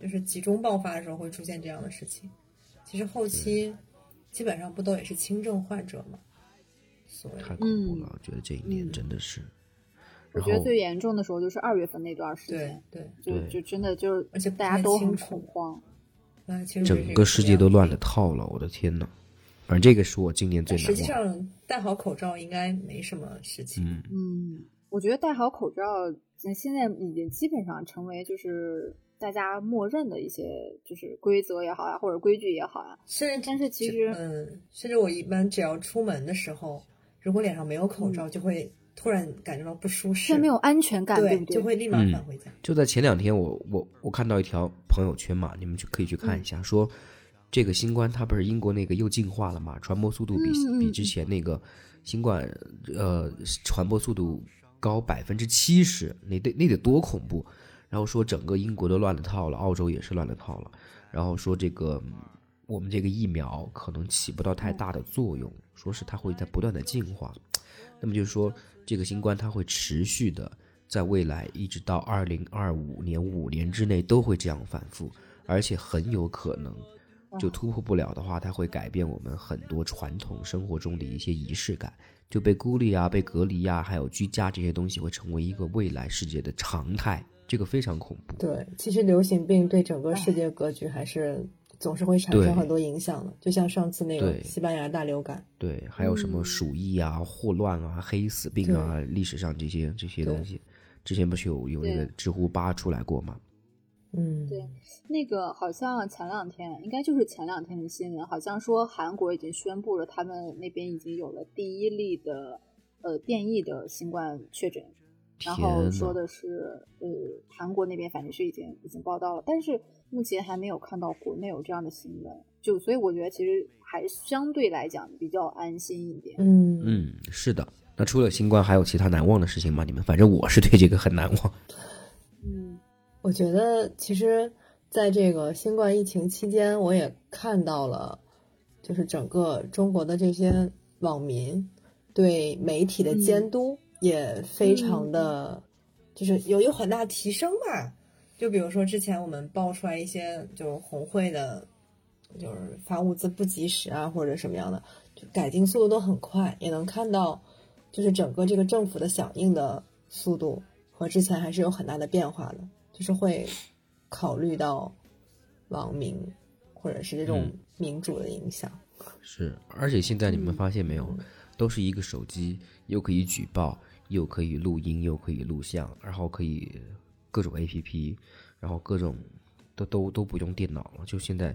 S2: 就是集中爆发的时候会出现这样的事情。其实后期基本上不都也是轻症患者嘛，所以
S1: 太恐怖
S4: 嗯
S1: 了，我觉得这一年真的是。
S4: 我
S1: 然
S4: 觉得
S1: 后
S4: 最严重的时候就是二月份那段时
S2: 对
S4: 间，
S2: 对，
S4: 就
S1: 对
S4: 就真的就是，
S2: 而且不
S4: 大家
S2: 太
S4: 都
S2: 清
S4: 很
S2: 楚
S4: 恐慌。
S2: 那其实
S1: 整个世界都乱了。套了，我的天呐，反正这个是我今年最
S2: 但
S1: 难
S2: 实际
S1: 忘的。
S2: 上戴好口罩应该没什么事情。
S1: 嗯，
S4: 嗯，我觉得戴好口罩，现现在已经基本上成为就是大家默认的一些就是规则也好啊，或者规矩也好啊。
S2: 甚至
S4: 但是其实，
S2: 嗯，甚至我一般只要出门的时候，如果脸上没有口
S4: 嗯
S2: 罩，就会突然感觉到不舒适，
S4: 是没有安全感，对
S2: 对
S4: 不对？
S2: 就会立马
S1: 嗯
S2: 返回家。
S1: 就在前两天我，我我看到一条朋友圈嘛，你们去可以去看一
S4: 嗯
S1: 下，说这个新冠它不是英国那个又进化了嘛，传播速度比、
S4: 嗯嗯
S1: 比之前那个新冠呃传播速度高百分之七十，那得那得多恐怖！然后说整个英国都乱了套了，澳洲也是乱了套了，然后说这个嗯我们这个疫苗可能起不到太
S4: 嗯
S1: 大的作用，说是它会在不断的进化，那么就是说这个新冠它会持续的。在未来一直到二零二五年五年之内都会这样反复，而且很有可能就突破不了的话，它会改变我们很多传统生活中的一些仪式感，就被孤立啊、被隔离啊，还有居家这些东西会成为一个未来世界的常态，这个非常恐怖。
S2: 对，其实流行病对整个世界格局还是总是会产
S1: 对
S2: 生很多影响的，就像上次那个
S1: 对
S2: 西班牙大流感，
S1: 对，还有什么
S4: 嗯
S1: 鼠疫啊、霍乱啊、黑死病啊，历史上这些这些东西，之前不是有有那个
S4: 对
S1: 知乎八出来过吗？
S2: 嗯，
S4: 对那个好像前两天，应该就是前两天的新闻，好像说韩国已经宣布了，他们那边已经有了第一例的呃变异的新冠确诊，然
S1: 天
S4: 后说
S1: 呐，
S4: 的是呃韩国那边反正是已经已经报道了，但是目前还没有看到国内有这样的新闻，就所以我觉得其实还相对来讲比较安心一点。
S2: 嗯
S1: 嗯，是的。那除了新冠，还有其他难忘的事情吗？你们反正我是对这个很难忘。
S4: 嗯，
S2: 我觉得其实在这个新冠疫情期间，我也看到了，就是整个中国的这些网民对媒体的监督也非常的，就是有有很大提升吧。就比如说之前我们爆出来一些就是红会的，就是发物资不及时啊，或者什么样的，就改进速度都很快，也能看到就是整个这个政府的响应的速度和之前还是有很大的变化的。就是会考虑到网民或者是这种
S1: 嗯
S2: 民主的影响。
S1: 是，而且现在你们发现没有，都是一个手机，又可以举报，又可以录音，又可以录像，然后可以各种 A P P，然后各种都都都不用电脑了，就现在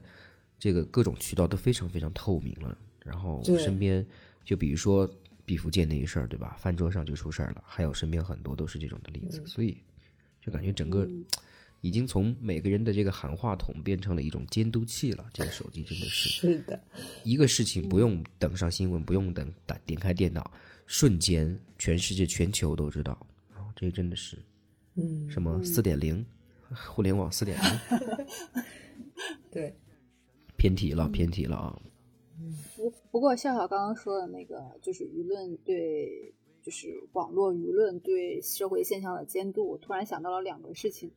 S1: 这个各种渠道都非常非常透明了。然后
S2: 对
S1: 身边就比如说毕福剑那一事儿，对吧？饭桌上就出事儿了，还有身边很多都是这种的例子，所以就感觉整个。已经从每个人的这个喊话筒变成了一种监督器了，这个手机真的是。
S2: 是的，
S1: 一个事情不用等上新闻，不用等打点开电脑，瞬间全世界全球都知道。哦，这真的是
S2: 嗯，
S1: 什么四点零，互联网四点零，
S2: 对，
S1: 偏题了，偏题了啊！
S4: 不不过笑笑刚刚说的那个就是舆论对，就是网络舆论对社会现象的监督，我突然想到了两个事情。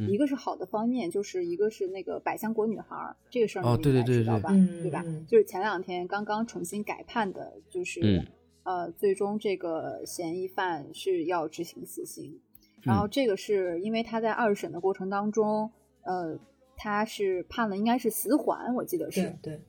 S1: 嗯
S4: 一个是好的方面，就是一个是那个百香果女孩儿这个事儿，
S1: 哦
S4: 你们应该
S1: 对对对
S4: 知道
S1: 对
S4: 吧？
S2: 嗯
S4: 啊对吧
S2: 嗯？
S4: 就是前两天刚刚重新改判的，就是、
S1: 嗯
S4: 呃，最终这个嫌疑犯是要执行死刑。然后这个是因为他在二审的过程当中，呃，他是判了应该是死缓，我记得是
S2: 对，对，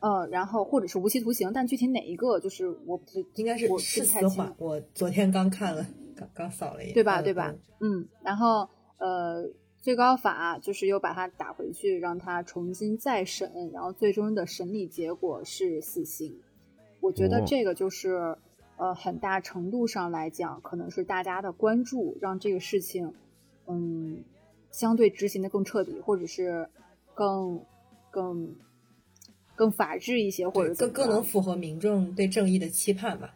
S4: 呃，然后或者是无期徒刑，但具体哪一个就是我不知
S2: 应该是
S4: 我记
S2: 是
S4: 不太
S2: 死
S4: 清
S2: 缓。我昨天刚看了，刚刚扫了一眼，
S4: 对吧？
S2: 嗯
S4: 对吧？？嗯，然后呃，最高法啊就是又把它打回去，让它重新再审，然后最终的审理结果是死刑。我觉得
S1: 哦
S4: 这个就是、呃，很大程度上来讲，可能是大家的关注让这个事情，嗯，相对执行的更彻底，或者是更更更法治一些，或
S2: 或
S4: 者
S2: 者
S4: 怎
S2: 更
S4: 么样
S2: 更能符合民众对正义的期盼吧。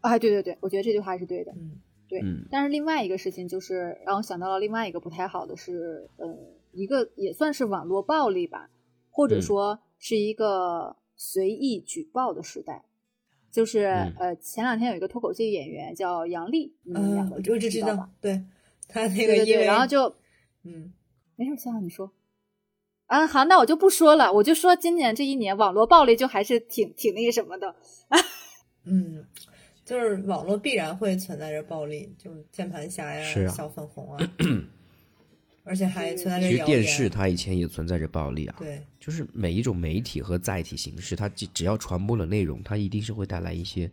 S4: 啊，对对对，我觉得这句话是对的。
S2: 嗯
S1: 嗯，
S4: 但是另外一个事情就是让我想到了另外一个不太好的是，呃，一个也算是网络暴力吧，或者
S1: 嗯
S4: 说是一个随意举报的时代。就是、
S1: 嗯
S4: 呃，前两天有一个脱口秀演员叫杨笠，你们两
S2: 嗯，
S4: 个
S2: 我就知
S4: 道吧
S2: 道， 对他那
S4: 对
S2: 个
S4: 对
S2: 因
S4: 对，
S2: 为
S4: 然后就
S2: 嗯，
S4: 没事，笑笑你说。啊，好，那我就不说了，我就说今年这一年网络暴力就还是挺挺那个什么的，
S2: 嗯，就是网络必然会存在着暴力，就是键盘侠
S1: 是
S2: 呀、
S1: 啊
S2: 小粉 红啊，而且还存在着
S1: 其实
S2: 谣
S1: 电视
S2: 言。
S1: 它以前也存在着暴力啊，
S2: 啊对，
S1: 就是每一种媒体和载体形式，它只只要传播了内容，它一定是会带来一些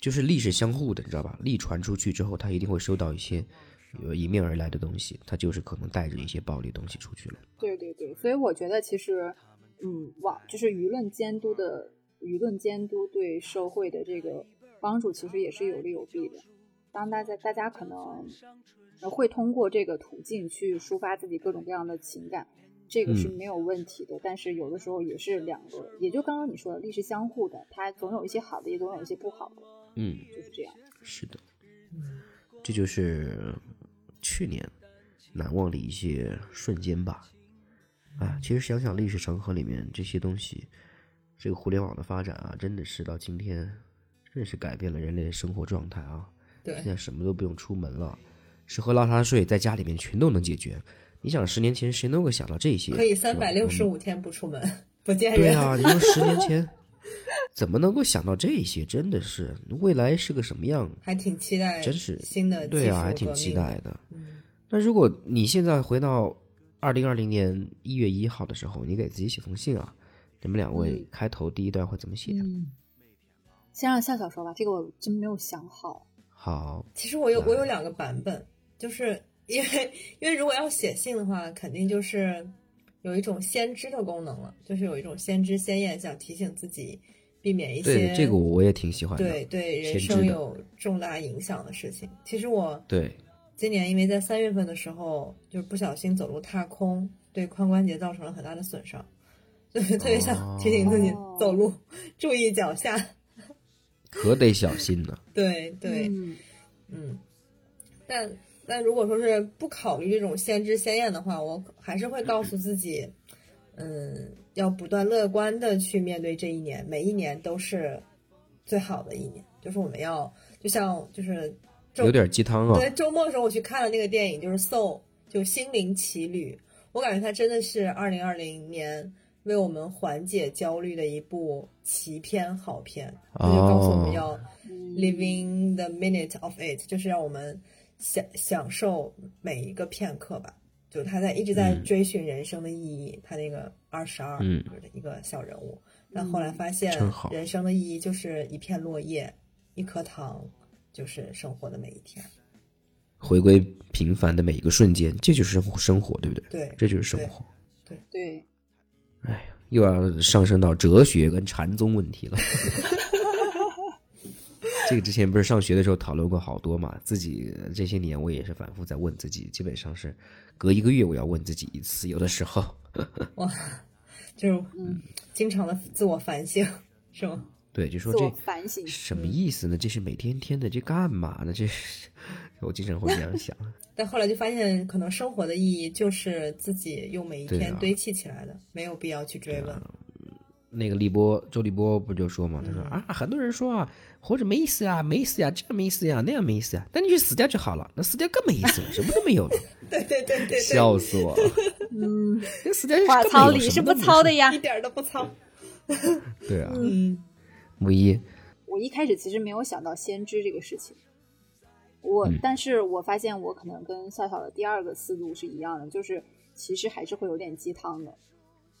S1: 就是力是相互的，你知道吧？力传出去之后，他一定会收到一些呃迎面而来的东西，他就是可能带着一些暴力东西出去了。
S4: 对对对，所以我觉得其实，嗯，网就是舆论监督的舆论监督对社会的这个帮助，其实也是有利有弊的。当大家大家可能呃会通过这个途径去抒发自己各种各样的情感，这个是
S1: 嗯
S4: 没有问题的。但是有的时候也是两个，也就刚刚你说的，力是相互的，它总有一些好的，也总有一些不好的，
S1: 嗯，
S4: 就是这样。
S1: 是的，这就是去年难忘的一些瞬间吧。啊，其实想想历史长河里面这些东西，这个互联网的发展啊，真的是到今天，真是改变了人类的生活状态啊。
S2: 对
S1: 现，在什么都不用出门了，吃喝拉撒睡在家里面全都能解决。你想，十年前谁能够想到这些？
S2: 可以
S1: 是吧
S2: 三百六十。五天不出门， 不见
S1: 我们对
S2: 人。
S1: 啊，你说十年前怎么能够想到这些？真的是未来是个什么样？
S2: 还挺期待，
S1: 真是
S2: 哎新的嗯技
S1: 对
S2: 术
S1: 啊，还挺
S2: 革
S1: 期
S2: 命
S1: 待的。那如果你现在回到二零二零年一月一号的时候，你给自己写封信啊，你们两位开头第一段会怎么写？啊
S2: 嗯
S4: 先让笑笑说吧，这个我真没有想好。
S1: 好，
S2: 其实我有
S1: 来
S2: 我有两个版本，就是因为因为如果要写信的话，肯定就是有一种先知的功能了，就是有一种先知先验，想提醒自己避免一
S1: 对
S2: 些
S1: 这个我也挺喜欢的。
S2: 对对人
S1: 先知
S2: 生
S1: 的
S2: 有重大影响的事情。其实我
S1: 对
S2: 今年因为在三月份的时候，就是不小心走路踏空，对髋关节造成了很大的损伤， 就是特别想提醒自己
S4: 哦
S2: 走路注意脚下。
S1: 可得小心呢。
S2: 对对，
S4: 嗯
S2: 嗯，但但如果说是不考虑这种先知先验的话，我还是会告诉自己，嗯，要不断乐观的去面对这一年，每一年都是最好的一年。就是我们要，就像就是周
S1: 有点鸡汤啊，
S2: 对，周末的时候我去看了那个电影，就是《Soul》，就《心灵奇旅》，我感觉它真的是二零二零年为我们缓解焦虑的一部奇片好片，它就告诉我
S1: 哦
S2: 们要。
S4: 嗯
S2: living the minute of it，就是让我们享享受每一个片刻吧。就是他在一直在
S1: 嗯
S2: 追寻人生的意义，他那个二十二
S1: 嗯
S2: 一个小人物，但后来发现
S1: 真好
S2: 人生的意义就是一片落叶，一颗糖，就是生活的每一天。
S1: 回归平凡的每一个瞬间，这就是生活，生活对不对？
S2: 对
S1: 这就是生活。
S4: 对，
S1: 哎呀，又要上升到哲学跟禅宗问题了。 这个之前不是上学的时候讨论过好多嘛？自己呃这些年我也是反复在问自己，基本上是隔一个月我要问自己一次，有的时候。
S2: 就是经常的自我反省，是吗？
S1: 对，就说
S4: 自我
S1: 这
S4: 反省。
S1: 什么意思呢？这是每天天的，这干嘛呢？这是 我经常会这样想。
S2: 但后来就发现，可能生活的意义就是自己用每一
S1: 对
S2: 天
S1: 啊
S2: 堆砌起来的，没有必要去追问。
S1: 那个立波，周立波不就说嘛，他说啊，很多人说啊，活着没意思呀，没意思呀，这样没意思呀，那样没意思呀，那你去死掉就好了，那死掉更没意思了，什么都没有了，
S2: 对对对对对，
S1: 笑死我了。
S4: 嗯，
S1: 那死掉就
S8: 话
S1: 更没
S8: 糙
S1: 有
S8: 理
S1: 什么
S8: 是
S1: 都
S8: 不
S1: 没有
S8: 糙的呀
S2: 一。点儿都不糙。
S1: 对啊，
S2: 嗯。
S1: 木一，
S4: 我一开始其实没有想到先知这个事情，我、
S1: 嗯
S4: 但是我发现我可能跟笑笑的第二个思路是一样的，就是其实还是会有点鸡汤的。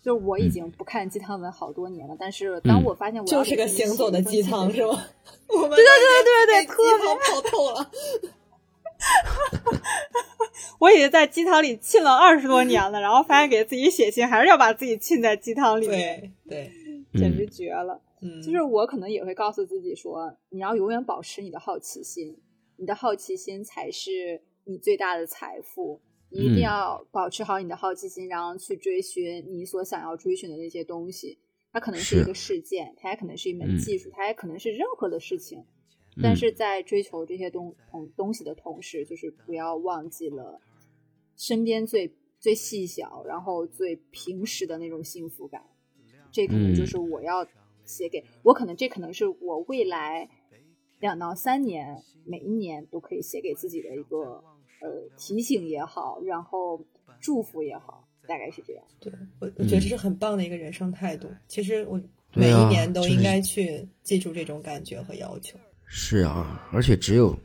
S4: 就我
S1: 嗯
S4: 已经不看鸡汤文好多年了，但是当我发现我要
S2: 就是个
S4: 给自己
S2: 行走的
S4: 写一
S2: 鸡
S4: 封信
S2: 汤，
S4: 时
S2: 是
S4: 候
S2: 吗？ 我们对 对对对对，特别泡透了。
S8: 我已经在鸡汤里浸了二十多年了，然后发现给自己写信还是要把自己浸在鸡汤里面，
S2: 对对，
S4: 简直
S1: 嗯
S4: 绝了。
S2: 嗯，
S4: 就是我可能也会告诉自己说，你要永远保持你的好奇心，你的好奇心才是你最大的财富。你一定
S1: 嗯
S4: 要保持好你的好奇心，然后去追寻你所想要追寻的那些东西。它可能是一
S1: 是
S4: 个事件，它也可能是一门
S1: 嗯
S4: 技术，它也可能是任何的事情。但
S1: 嗯
S4: 是在追求这些东同东西的同时，就是不要忘记了身边最最细小，然后最平时的那种幸福感。这可能就
S1: 嗯
S4: 是我要写给、我，可能这可能是我未来两到三年每一年都可以写给自己的一个呃提醒也好，然后祝福也好，大概是这样。
S2: 对我我觉得这是很棒的一个人生态度。其实我每
S1: 对啊
S2: 一年都应该去记住这种感觉和要求。
S1: 是啊，而且只有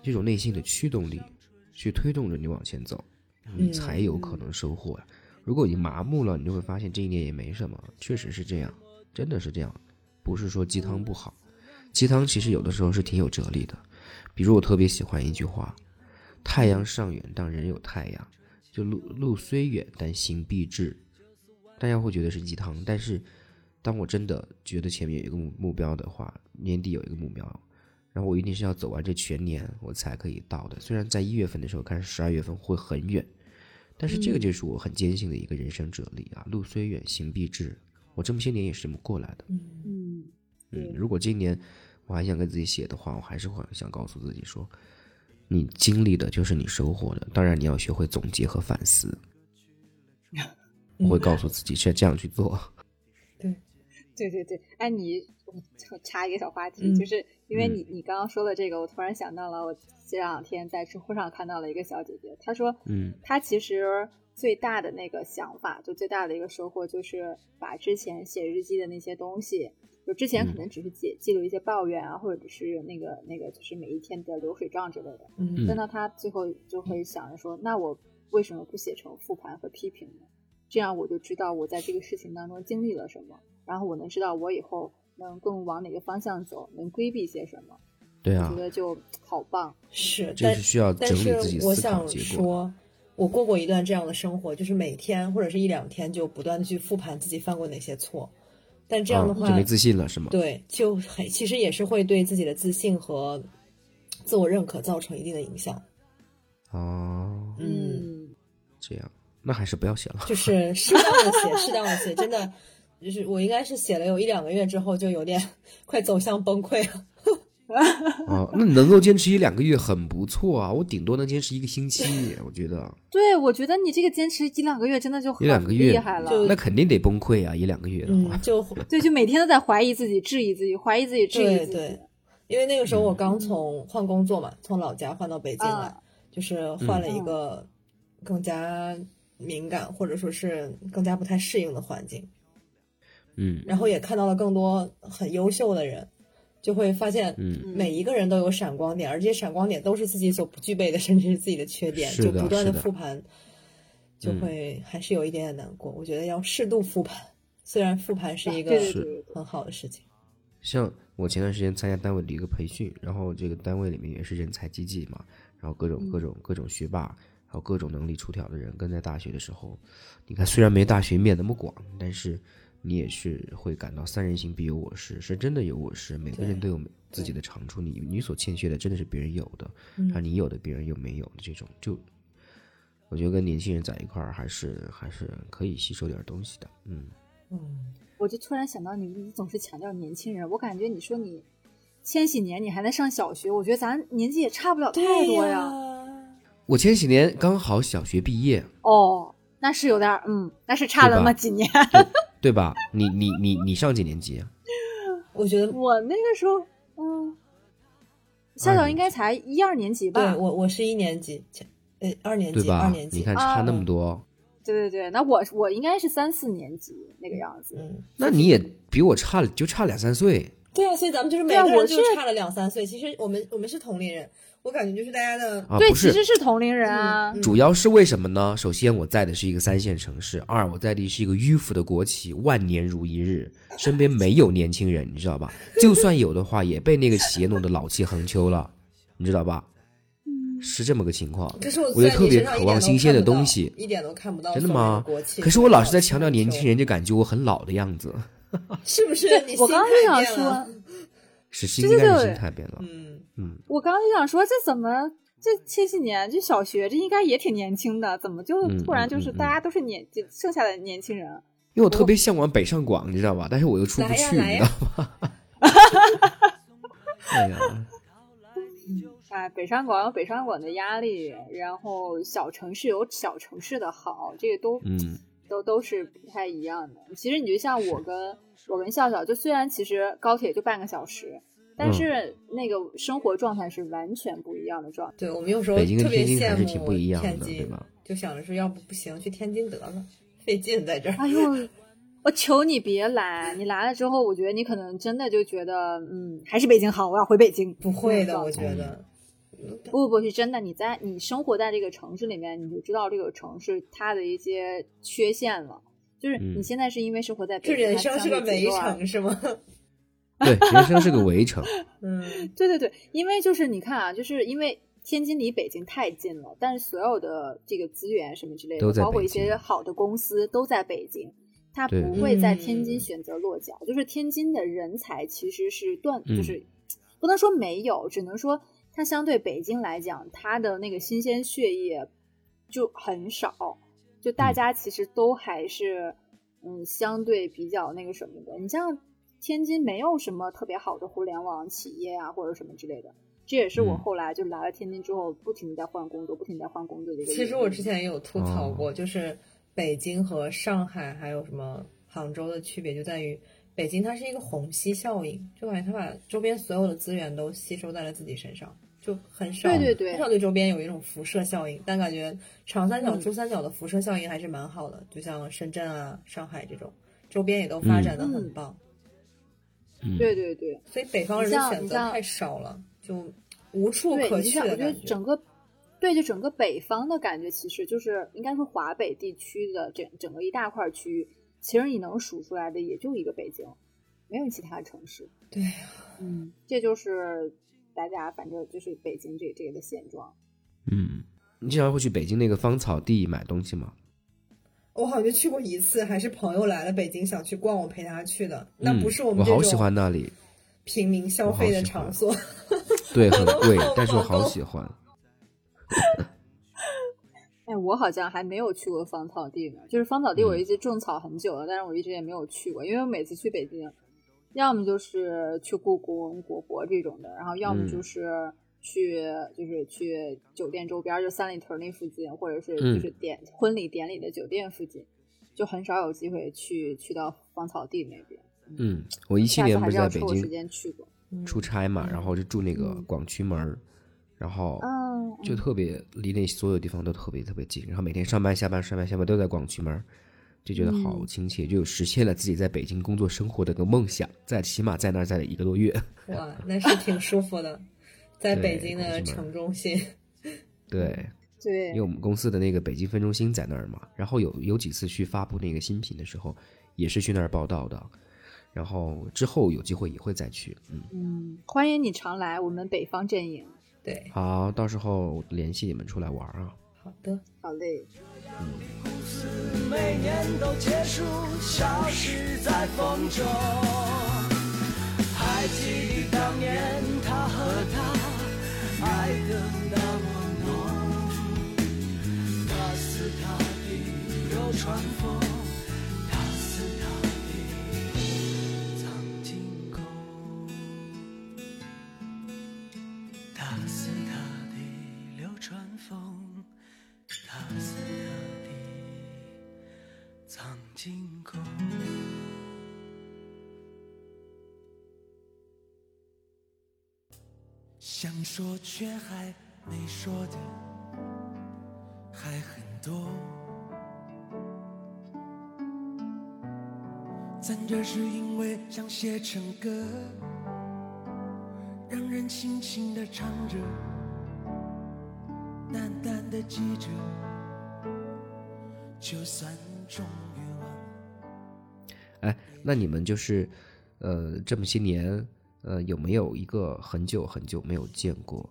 S1: 这种内心的驱动力，去推动着你往前走，你
S2: 嗯
S1: 才有可能收获呀、如果你麻木了，你就会发现这一年也没什么，确实是这样，真的是这样，不是说鸡汤不好，鸡汤其实有的时候是挺有哲理的，比如我特别喜欢一句话：“太阳尚远，当人有太阳；就路路虽远，但行必至。”大家会觉得是鸡汤，但是当我真的觉得前面有一个目目标的话，年底有一个目标，然后我一定是要走完这全年我才可以到的。虽然在一月份的时候看十二月份会很远，但是这
S2: 嗯
S1: 个就是我很坚信的一个人生哲理啊：“路虽远，行必至。”我这么些年也是这么过来的。
S4: 嗯，
S1: 嗯，如果今年我还想给自己写的话，我还是会想告诉自己说，你经历的就是你收获的。当然，你要学会总结和反思。我
S2: 嗯
S1: 会告诉自己是这样去做。
S4: 对对对，哎，你我我插一个小话题，
S2: 嗯
S4: 就是因为
S1: 嗯
S4: 你你刚刚说的这个，我突然想到了，我这两天在知乎上看到了一个小姐姐，她说，
S1: 嗯
S4: 她其实最大的那个想法，就最大的一个收获，就是把之前写日记的那些东西，就之前可
S1: 嗯
S4: 能只是记记录一些抱怨啊，或者是那个那个就是每一天的流水账之类的，
S2: 嗯
S4: 但到他最后就会想着说，那我为什么不写成复盘和批评呢？这样我就知道我在这个事情当中经历了什么，然后我能知道我以后能更往哪个方向走，能规避些什么。
S1: 对
S4: 我
S1: 啊
S4: 觉，得就好棒。
S2: 是，
S1: 这
S2: 但
S1: 是需要整
S2: 但
S1: 理
S2: 是
S1: 自己
S2: 我
S1: 思考
S2: 想
S1: 结果。
S2: 说，我过过一段这样的生活，就是每天或者是一两天就不断的去复盘自己犯过哪些错，但这样的
S1: 啊
S2: 话，
S1: 就没自信了是吗？
S2: 对，就很其实也是会对自己的自信和自我认可造成一定的影响。
S1: 哦，
S2: 嗯，
S4: 嗯，
S1: 这样，那还是不要写了。
S2: 就是适当的写，适当的写，真的。就是我应该是写了有一两个月之后，就有点 快走向崩溃了。
S1: 哦，那你能够坚持一两个月很不错啊，我顶多能坚持一个星期，我觉 得
S4: 对，我觉得你这个坚持一两个月真的就
S1: 一
S4: 很
S1: 两个
S4: 厉
S1: 月
S4: 害了。
S1: 那肯定得崩溃啊！一两个月的话，
S2: 嗯，就
S4: 对，就每天都在怀疑自己、质疑自己、怀疑自己、质疑
S2: 对
S4: 自己。
S2: 对，因为那个时候
S1: 嗯
S2: 我刚从换工作嘛，从老家换到北京来，
S4: 啊
S2: 就是换了一
S1: 嗯
S2: 个更加敏感或者说是更加不太适应的环境，
S1: 嗯
S2: 然后也看到了更多很优秀的人，就会发现
S1: 嗯，
S2: 每一个人都有闪光点，而这些闪光点都是自己所不具备的，甚至是自己的缺点，
S1: 是
S2: 就
S1: 的
S2: 不断地
S1: 是的嗯
S2: 复盘，就会还是有一点点难过。我觉得要适度复盘，虽然复盘是一个
S4: 对对对对对，
S2: 很好的事情。
S1: 像我前段时间参加单位的一个培训，然后这个单位里面也是人才济济嘛，然后各种各种各种学霸，还有各种能力出挑的人，跟在大学的时候，你看虽然没大学面那么广，但是你也是会感到三人行必有我师，是真的有我师，每个人都有自己的长处，你你所欠缺的真的是别人有的，而你有的别人又没有的这种，就我觉得跟年轻人在一块儿还是还是可以吸收点东西的，嗯。
S2: 嗯，
S4: 我就突然想到你，你总是强调年轻人，我感觉你说你千禧年你还在上小学，我觉得咱年纪也差不了太多呀。
S1: 我前几年刚好小学毕业，
S4: 哦，那是有点儿，嗯，那是差了那么几年。
S1: 对吧？你你你你上几年级啊？
S2: 我觉得
S4: 我那个时候，嗯，夏晓应该才一二年级
S2: 对
S4: 吧？
S2: 我我是一年级，前呃二年
S1: 对
S2: 级，二
S1: 吧
S2: 年？级，
S1: 你看差那么多，
S4: 啊对对对，那我我应该是三四年级那个样子。
S2: 嗯，
S1: 那你也比我差了就差两三岁。
S2: 对啊，所以咱们就是每
S4: 对啊
S2: 个
S4: 我
S2: 人就是差了两三岁。其实我们我们是同龄人，我感觉就是大家的
S1: 啊，
S4: 对，
S1: 不
S4: 其
S1: 是，
S4: 实是同龄人啊。
S2: 嗯
S1: 主要是为什么呢？首先，我在的是一个三线城市；二，我在的是一个迂腐的国企，万年如一日，身边没有年轻人，你知道吧？就算有的话，也被那个企业弄得老气横秋了，你知道吧？
S4: 嗯
S1: 是这么个情况。
S2: 可是我
S1: 我就
S2: 在你
S1: 特别
S2: 身上一
S1: 渴
S2: 点
S1: 望
S2: 都
S1: 新鲜
S2: 看
S1: 的
S2: 不到
S1: 东西。
S2: 一点都看不到。
S1: 真的吗
S2: 国企，
S1: 可是我老是在强调年轻
S2: 人，
S1: 人，就感觉我很老的样子，
S2: 是不是？你
S4: 我
S2: 心
S4: 刚刚
S2: 态
S4: 就想
S2: 变了
S4: 说，
S1: 是心
S4: 对对
S1: 态
S4: 对
S1: 心态变了。
S2: 嗯，
S1: 嗯，
S4: 我刚刚就想说，这怎么这千禧年这小学这应该也挺年轻的，怎么就
S1: 嗯
S4: 突
S1: 嗯
S4: 然就是
S1: 嗯
S4: 大家都是年、就剩下的年轻人？
S1: 因为我特别向往北上广，你知道吧？但是我又出不
S2: 来呀
S1: 去，
S2: 来
S1: 你知
S2: 呀
S1: 道吗？ 哎呀，
S4: 哎，北上广有北上广的压力，然后小城市有小城市的好，这个都、
S1: 嗯
S4: 都都是不太一样的。其实你就像我跟我跟笑笑，就虽然其实高铁就半个小时，
S1: 嗯
S4: 但是那个生活状态是完全不一样的状态。
S2: 对我们有时候
S1: 北京跟
S2: 特别
S1: 天津还
S2: 羡
S1: 是
S2: 慕
S1: 挺不一样
S2: 天
S1: 的，
S2: 津
S1: 对吧？？
S2: 就想着说，要不不行，去天津得了，费劲在这儿。
S4: 哎呦，我求你别来！你来了之后，我觉得你可能真的就觉得，嗯，还是北京好，我要回北京。
S2: 不会
S4: 那
S2: 的，
S4: 种
S2: 我
S4: 状
S2: 觉
S4: 态
S2: 得，
S1: 嗯
S4: 不不不是真的，你在你生活在这个城市里面，你就知道这个城市它的一些缺陷了。就是
S1: 嗯
S4: 你现在是因为生活在
S2: 这
S4: 北京，
S2: 人
S4: 它
S2: 生
S4: 相
S2: 是个
S4: 对
S2: 围
S4: 极端
S2: 城是吗？
S1: 对，人生是个围城。
S2: 嗯，
S4: 对对对，因为就是你看啊，就是因为天津离北京太近了，但是所有的这个资源什么之类
S1: 都
S4: 的，
S1: 在
S4: 包括
S1: 北
S4: 一些
S1: 京
S4: 好的公司都在北京，它
S1: 对
S4: 不会在天
S2: 嗯
S4: 津选择落脚。就是天津的人才其实是断，
S1: 嗯
S4: 就是、不能说没有，只能说它相对北京来讲，它的那个新鲜血液就很少。就大
S1: 嗯
S4: 家其实都还是嗯相对比较那个什么的。你像天津没有什么特别好的互联网企业啊，或者什么之类的。这也是我
S1: 嗯
S4: 后来就来了天津之后，不停地在换工作，不停地在换工作的一个原因。
S2: 其实我之前也有吐槽过，就是北京和上海还有什么杭州的区别，就在于北京它是一个虹吸效应，就感觉它把周边所有的资源都吸收在了自己身上，就很少
S4: 对对对
S2: 很少对周边有一种辐射效应。但感觉长三角、
S4: 嗯
S2: 珠三角的辐射效应还是蛮好的，就像深圳啊、上海这种周边也都发展的很棒，
S1: 嗯，
S4: 对对对，
S2: 所以北方人
S4: 你
S2: 的
S4: 像
S2: 选
S4: 你
S2: 择
S4: 像
S2: 太少了，就无处
S4: 对，
S2: 可
S4: 你
S2: 去
S4: 像我
S2: 的
S4: 觉得
S2: 感觉。
S4: 整个，对，就整个北方的感觉，其实就是应该说华北地区的整整个一大块区域，其实你能数出来的也就一个北京，没有其他城市。
S2: 对呀
S4: 嗯，这就是大家反正就是北京这这个的现状。
S1: 嗯，你经常会去北京那个芳草地买东西吗？
S2: 我好像就去过一次，还是朋友来了北京想去逛，我陪他去的。那
S1: 嗯
S2: 不是
S1: 我
S2: 们这
S1: 好喜
S2: 种
S1: 欢那里，
S2: 平民消费的场 所。
S1: 对，很 贵
S2: 我，
S1: 但是我
S2: 好
S1: 好
S2: 高
S1: 喜欢。
S4: 哎，我好像还没有去过芳草地呢，就是芳草地
S1: 嗯
S4: 我一直种草很久了，但是我一直也没有去过，因为我每次去北京，要么就是去故宫、国博这种的，然后要么
S1: 嗯
S4: 就是去、就是去酒店周边，就三里屯那附近，或者是
S1: 嗯
S4: 就是典、婚礼典礼的酒店附近，就很少有机会去去到芳草地那边。
S1: 嗯，我一七
S4: 下次
S1: 年不
S4: 还
S1: 是
S4: 是
S1: 在
S4: 要
S1: 北
S4: 抽个时
S1: 京
S4: 间去过。
S1: 出差嘛，然后就住那个广渠门儿，然后
S4: 嗯，
S1: 就特别离那所有地方都特别特别近，然后每天上班下班上班下班都在广渠门儿，就觉得好
S4: 嗯
S1: 亲切，就实现了自己在北京工作生活的一个梦想，在起码在那儿待了一个多月。
S2: 哇，那是挺舒服的，在
S1: 对
S2: 北京的
S1: 同志们
S2: 城中心。
S1: 对，
S4: 嗯对
S1: 因为，我们公司的那个北京分中心在那儿嘛，然后有有几次去发布那个新品的时候，也是去那儿报道的，然后之后有机会也会再去。嗯，
S4: 嗯，欢迎你常来我们北方阵营。
S2: 对，
S1: 好，到时候联系你们出来玩儿啊。
S2: 好的，
S4: 好嘞。
S6: 故事每年都结束，消失在风中。还记得当年他和她爱得那么浓，他是他的流川枫，他是他的藏经宫，他是他的流川枫。他是他的藏经宫。想说却还没说的还很多，站着是因为想写成歌，让人轻轻的唱着，淡淡的记着，就算终于忘了。
S1: 哎，那你们就是，呃，这么些年，呃，有没有一个很久很久没有见过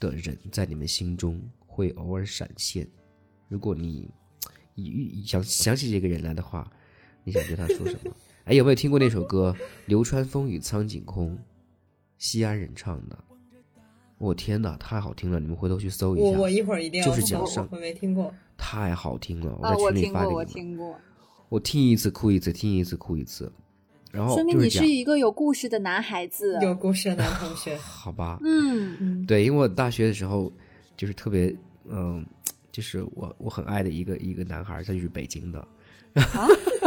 S1: 的人，在你们心中会偶尔闪现？如果你一一想想起这个人来的话，你想对他说什么？ 哎，有没有听过那首歌《流川枫与苍井空》，西安人唱的？我天哪，太好听了！你们回头去搜一
S2: 我我
S1: 下，
S2: 一会儿一定要
S1: 就是
S2: 搜
S1: 讲上
S2: 我没听过。
S1: 太好听了！
S4: 啊，
S1: 我在
S4: 我
S1: 群里
S4: 听
S1: 发
S4: 过，
S1: 给你
S4: 我
S1: 们，
S4: 听过，
S1: 我听一次哭一次，听一次哭一次。然后
S4: 说明
S1: 就
S4: 你
S1: 讲
S4: 是一个有故事的男孩子。
S2: 有故事的男 同学，
S1: 好吧，
S4: 嗯，
S2: 嗯，
S1: 对，因为我大学的时候就是特别，嗯，就是我我很爱的一个一个男孩儿，他就是北京的，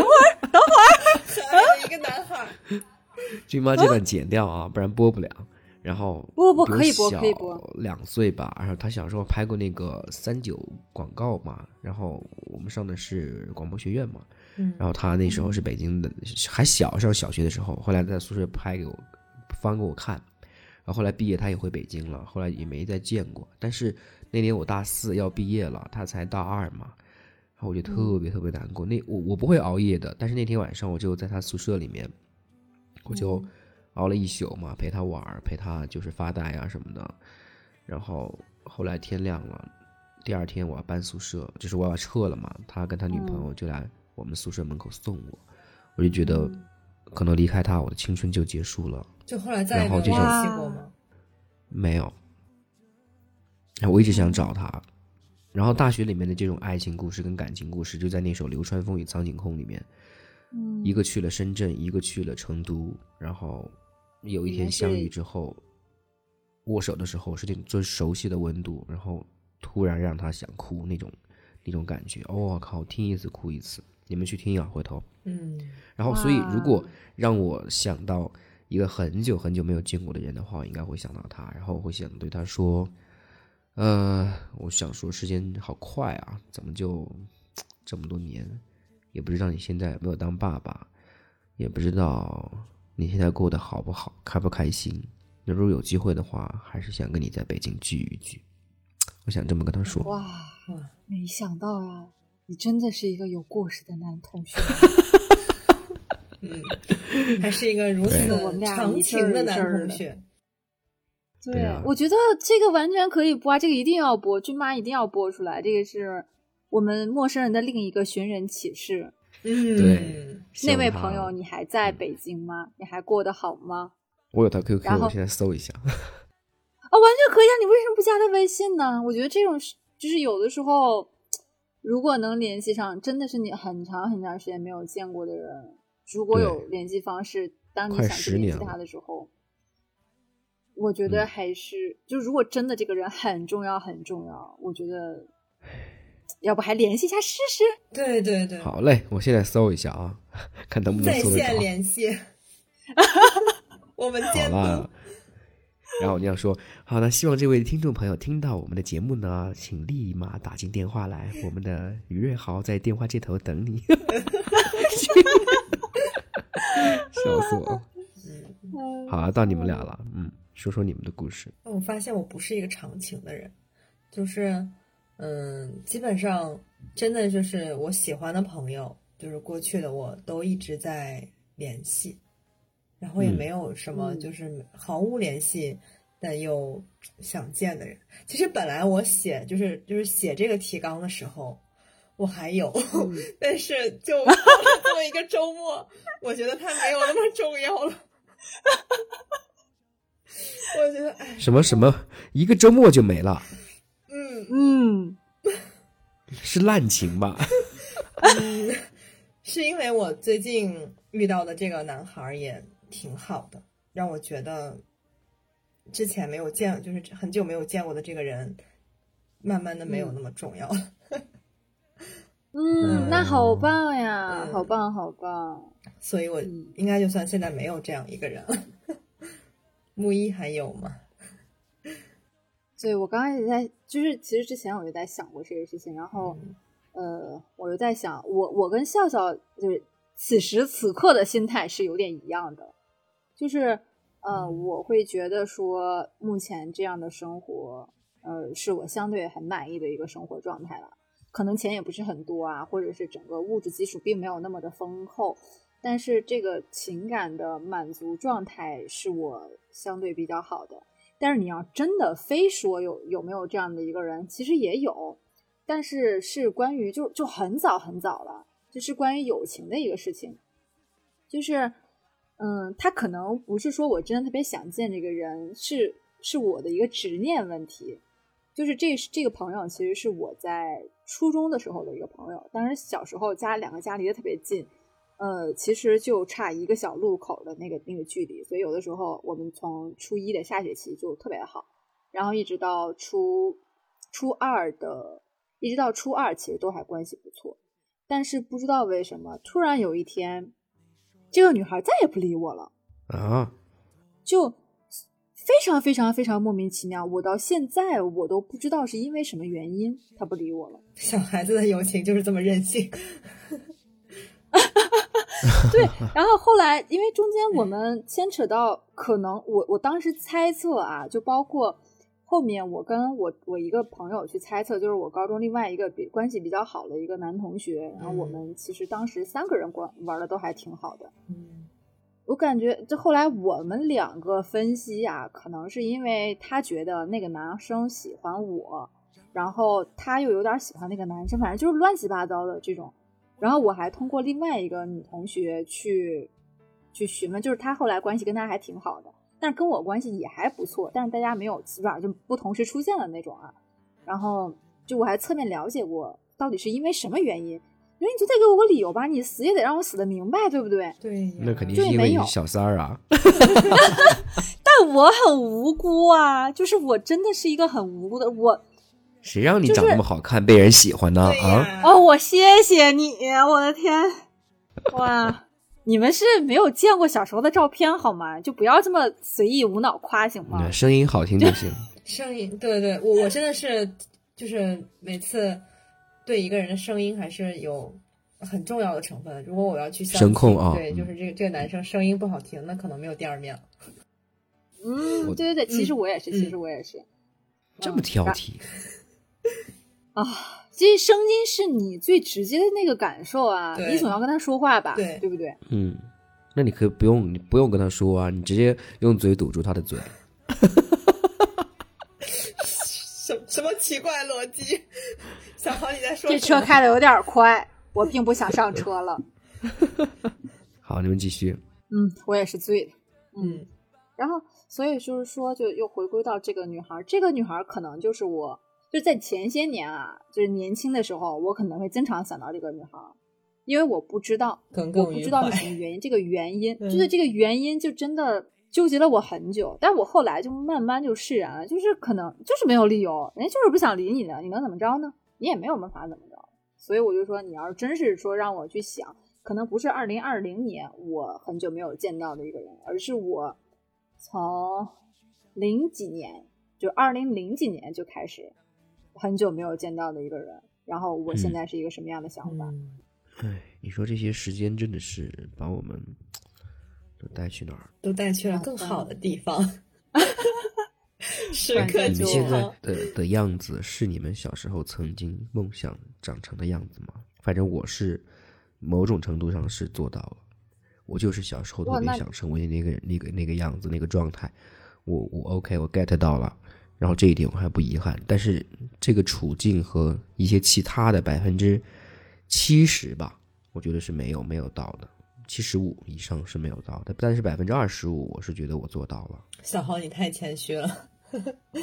S2: 可爱的一个男孩儿，
S1: 就妈这段剪掉啊，不然播不了。然后
S4: 不不
S1: 比我
S4: 可以播
S1: 小
S4: 可以播
S1: 两岁吧。然后他小时候拍过那个三九广告嘛，然后我们上的是广播学院嘛，
S2: 嗯
S1: 然后他那时候是北京的，还小，上小学的时候，后来在宿舍拍给我，翻给我看。然后后来毕业，他也回北京了，后来也没再见过。但是那年我大四要毕业了，他才大二嘛，然后我就
S4: 嗯
S1: 特别特别难过。那我我不会熬夜的，但是那天晚上我就在他宿舍里面，我就熬了一宿嘛，陪他玩儿，陪他就是发呆啊什么的。然后后来天亮了，第二天我要搬宿舍，就是我要撤了嘛，他跟他女朋友就来我们宿舍门口送我，我就觉得可能离开他，我的青春就结束了。
S2: 就后来再也
S1: 然
S2: 没
S1: 后
S2: 有
S1: 这
S2: 联
S1: 种
S2: 系过吗？
S1: 没有。哎我一直想找他。然后大学里面的这种爱情故事跟感情故事，就在那首《流川枫与苍井空》里面，
S4: 嗯
S1: 一个去了深圳，一个去了成都，然后有一
S4: 你
S1: 天
S4: 们
S1: 相
S4: 是
S1: 遇之后，握手的时候是那种最熟悉的温度，然后突然让他想哭那种那种感觉。哦我、靠，听一次哭一次，你们去听啊，回头。
S2: 嗯，
S1: 然后，所以如果
S4: 哇
S1: 让我想到一个很久很久没有见过的人的话，我应该会想到他，然后我会想对他说：“呃，我想说时间好快啊，怎么就这么多年？也不知道你现在有没有当爸爸，也不知道你现在过得好不好，开不开心。那如果有机会的话，还是想跟你在北京聚一聚。我想这么跟他说。
S4: 哇
S2: 哇
S4: 没想到啊，你真的是一个有故事的男同 学，
S2: 还是一个如此
S4: 对我们俩
S2: 长
S4: 一阵
S2: 情
S4: 儿
S2: 的
S4: 一阵
S2: 男
S4: 儿
S2: 同
S4: 的
S2: 学，
S1: 对啊
S4: 我觉得这个完全可以播啊，这个一定要播，君妈一定要播出来。这个是我们陌生人的另一个寻人启事。
S2: 嗯，
S1: 对希
S4: 那
S1: 望
S4: 位
S1: 他
S4: 朋友，你还
S1: 嗯
S4: 在北京吗？你还过得好吗？
S1: 我有他 QQ，
S4: 然后
S1: 我现在搜一下。
S4: 啊，完全可以啊！你为什么不加他微信呢？我觉得这种事就是有的时候，如果能联系上，真的是你很长很长时间没有见过的人，如果
S1: 对
S4: 有联系方式，当你
S1: 快
S4: 想去
S1: 10
S4: 联
S1: 年
S4: 系
S1: 了
S4: 他的时候，我觉得
S1: 嗯
S4: 还是、就如果真的这个人很重要很重要，我觉得 要不还联系一下试试？
S2: 对对对，
S1: 好嘞，我现在搜一下啊， 看能不能
S2: 在
S1: 搜得着
S2: 线。联系， 我们
S1: 好
S2: 监督
S1: 啦。。 然后我那样说，好那希望这位听众朋友听到我们的节目呢，请立马打进电话来，我们的于瑞豪在电话这头等你。 笑死我了！
S2: 嗯
S1: 好啊，到你们俩了，嗯，说说你们的故事。
S2: 那我发现我不是一个长情的人，就是，嗯，基本上真的就是我喜欢的朋友，就是过去的我都一直在联系，然后也
S1: 嗯
S2: 没有什么
S4: 嗯
S2: 就是毫无联系但又想见的人。其实本来我写就是就是写这个提纲的时候，我还有，但是就过了这么一个周末，我觉得它没有那么重要了。 我觉得，哎，
S1: 什么什么，一个周末就没了，
S2: 嗯，
S4: 嗯，
S1: 是滥情吧？
S2: 是因为我最近遇到的这个男孩儿也挺好的，让我觉得之前没有见，就是很久没有见过的这个人，慢慢的没有那么重要了。
S4: 嗯，那好棒呀，
S2: 嗯
S4: 好棒，好棒。
S2: 所以我
S4: 嗯
S2: 应该就算现在没有这样一个人了。木一还有吗？
S4: 对，我刚开始在，就是其实之前我就在想过这个事情，然后，呃，我就在想，我我跟笑笑就是此时此刻的心态是有点一样的，就是，呃，我会觉得说，目前这样的生活，呃，是我相对很满意的一个生活状态了。可能钱也不是很多啊，或者是整个物质基础并没有那么的丰厚，但是这个情感的满足状态是我相对比较好的。但是你要真的非说有有没有这样的一个人，其实也有，但是是关于就就很早很早了，就是关于友情的一个事情，就是嗯，他可能不是说我真的特别想见这个人，是是我的一个执念问题，就是这是这个朋友其实是我在初中的时候的一个朋友，当时小时候家两个家离得特别近，呃，其实就差一个小路口的那个那个距离，所以有的时候我们从初一的下学期就特别好，然后一直到初初二的，一直到初二其实都还关系不错，但是不知道为什么，突然有一天，这个女孩再也不理我了。
S1: 啊，
S4: 就非常非常非常莫名其妙。我到现在我都不知道是因为什么原因，他不理我了。
S2: 小孩子的友情就是这么任性。
S4: 对，然后后来因为中间我们牵扯到可能我我当时猜测啊，就包括后面我跟我我一个朋友去猜测，就是我高中另外一个比关系比较好的一个男同学，然后我
S2: 嗯
S4: 们其实当时三个人关玩的都还挺好的。
S2: 嗯
S4: 我感觉，就后来我们两个分析啊，可能是因为他觉得那个男生喜欢我，然后他又有点喜欢那个男生，反正就是乱七八糟的这种。然后我还通过另外一个女同学去去询问，就是她后来关系跟他还挺好的，但是跟我关系也还不错，但是大家没有基本上就不同时出现的那种啊。然后就我还侧面了解过，到底是因为什么原因。因为你就再给我个理由吧，你死也得让我死的明白，对不对？
S2: 对呀，
S1: 那肯定
S4: 就是也
S1: 因为
S4: 没
S1: 你
S4: 有
S1: 是小三儿啊，
S4: 但我很无辜啊，就是我真的是一个很无辜的我
S1: 谁让你
S4: 就是
S1: 长那么好看，被人喜欢呢？
S2: 对
S1: 啊，
S2: 呀，
S8: 哦，我谢谢你，我的天，哇！
S4: 你们是没有见过小时候的照片好吗？就不要这么随意无脑夸行吗
S1: 那？声音好听就行。
S2: 声音，对对对，我我真的是就是每次对一个人的声音还是有很重要的成分。如果我要去相
S1: 声
S2: 亲
S1: 控啊
S2: 对，
S1: 嗯
S2: 就是这个这个男生声音不好听，那可能没有第二面了。
S4: 嗯，
S1: 我
S4: 对对对，其实
S2: 嗯
S4: 我也是，其实
S2: 嗯
S4: 我也是。嗯
S1: 这么挑剔，
S4: 其实声音是你最直接的那个感受啊，
S2: 对
S4: 你总要跟他说话吧，
S2: 对
S4: 不对？
S1: 嗯，那你可以不用你不用跟他说啊，你直接用嘴堵住他的嘴。
S2: 什什么奇怪逻辑？小豪你在说
S8: 这车开的有点快，
S4: 我并不想上车了，
S1: 好，你们继续。
S4: 嗯，我也是醉的。
S2: 嗯，
S4: 然后，所以就是说，就又回归到这个女孩儿，这个女孩儿可能就是我，就在前些年啊，就是年轻的时候，我可能会经常想到这个女孩儿，因为我不知道，
S2: 耿耿
S4: 我
S2: 于
S4: 不知道
S2: 怀
S4: 是什么原因，这个原因，
S2: 嗯
S4: 就是这个原因就真的纠结了我很久，但我后来就慢慢就释然了，就是可能就是没有理由，人家就是不想理你呢，你能怎么着呢？你也没有办法怎么着，所以我就说，你要是真是说让我去想，可能不是二零二零年我很久没有见到的一个人，而是我从零几年，就二零零几年就开始很久没有见到的一个人。然后我现在是一个什么样的想法？
S2: 嗯，
S1: 唉，哎你说这些时间真的是把我们都带去哪儿？
S2: 都带去了更好的地方， 时
S4: 感
S2: 刻
S4: 觉
S1: 你们
S2: 就
S4: 就
S1: 现在
S2: 好。
S1: 的的样子是你们小时候曾经梦想长成的样子吗？反正我是某种程度上是做到了，我就是小时候
S4: 哇
S1: 特别
S4: 那
S1: 想成为那个人那个那个样子那个状态，我我 OK 我 get 到了，然后这一点我还不遗憾，但是这个处境和一些其他的百分之七十吧，我觉得是没有没有到的。七十五以上是没有到的，但是百分之二十五，我是觉得我做到了，
S2: 小豪你太谦虚了，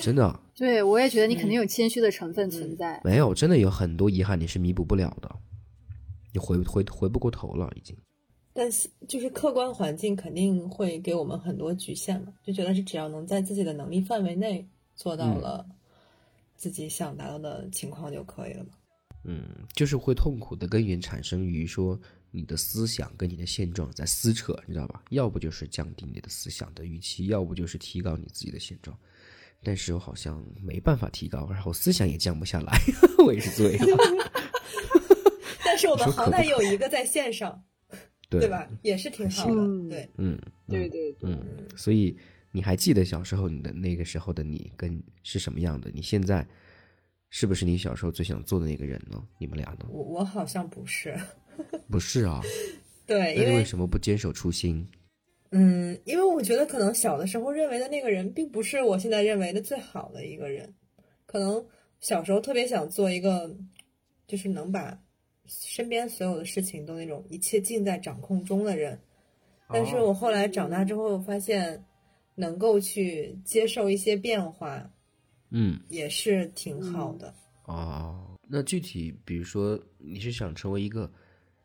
S1: 真的
S4: 对我也觉得你肯定有谦虚的成分存在。
S1: 没有，真的有很多遗憾你是弥补不了的，你回回回不过头了，已经。
S2: 但是就是客观环境肯定会给我们很多局限嘛，就觉得是只要能在自己的能力范围内
S1: 嗯
S2: 做到了自己想达到的情况就可以了嘛。
S1: 嗯，就是会痛苦的根源产生于说你的思想跟你的现状在撕扯，你知道吧？要不就是降低你的思想的预期，要不就是提高你自己的现状。但是我好像没办法提高，然后思想也降不下来， 我也是醉了。
S2: 但是我们
S1: 你说
S2: 好
S1: 可不
S2: 歹有一个在线上，
S1: 对
S2: 对吧？？也是挺好的。
S4: 嗯
S2: 对，
S1: 嗯，
S4: 对
S1: 嗯
S4: 对对，
S1: 嗯，所以你还记得小时候你的那个时候的你跟是什么样的？你现在是不是你小时候最想做的那个人呢？你们俩呢？
S2: 我我好像不是，
S1: 不是啊，
S2: 对，
S1: 那
S2: 因
S1: 你
S2: 为
S1: 为什么不坚守初心？
S2: 嗯，因为我觉得可能小的时候认为的那个人，并不是我现在认为的最好的一个人。可能小时候特别想做一个，就是能把身边所有的事情都那种一切尽在掌控中的人。
S1: 哦
S2: 但是我后来长大之后，我发现能够去接受一些变化，
S1: 嗯，
S2: 也是挺好
S8: 嗯
S2: 的。
S1: 哦，那具体比如说你是想成为一个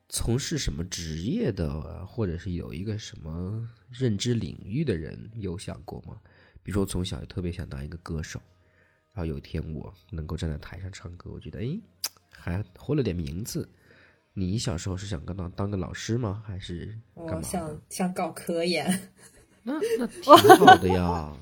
S1: 从事什么职业的，或者是有一个什么认知领域的人，有想过吗？比如说我从小就特别想当一个歌手，然后有一天我能够站在台上唱歌，我觉得诶，还活了点名字。你小时候是想当当个老师吗？还是干
S2: 我
S1: 嘛
S2: 想
S1: 的？
S2: 想搞科研，
S1: 那那挺好的呀。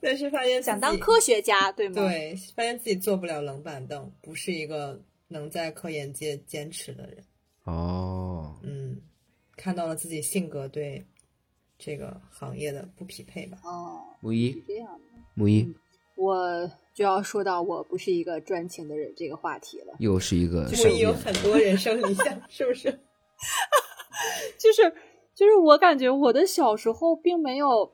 S2: 但是发现自
S8: 想当
S2: 己
S8: 科学家，对吗？，
S2: 对，发现自己坐不了冷板凳，不是一个能在科研界坚持的人。
S1: 哦，
S2: 嗯，看到了自己性格对这个行业的不匹配吧。
S4: 哦，
S1: 木一
S4: 这样的，
S1: 木一
S4: 我就要说到我不是一个专情的人这个话题了。
S1: 又是一个
S2: 木
S1: 受
S2: 易有
S1: 虐
S2: 很多人生理想，是不是？
S8: 就是
S4: 就是我感觉我的小时候并没有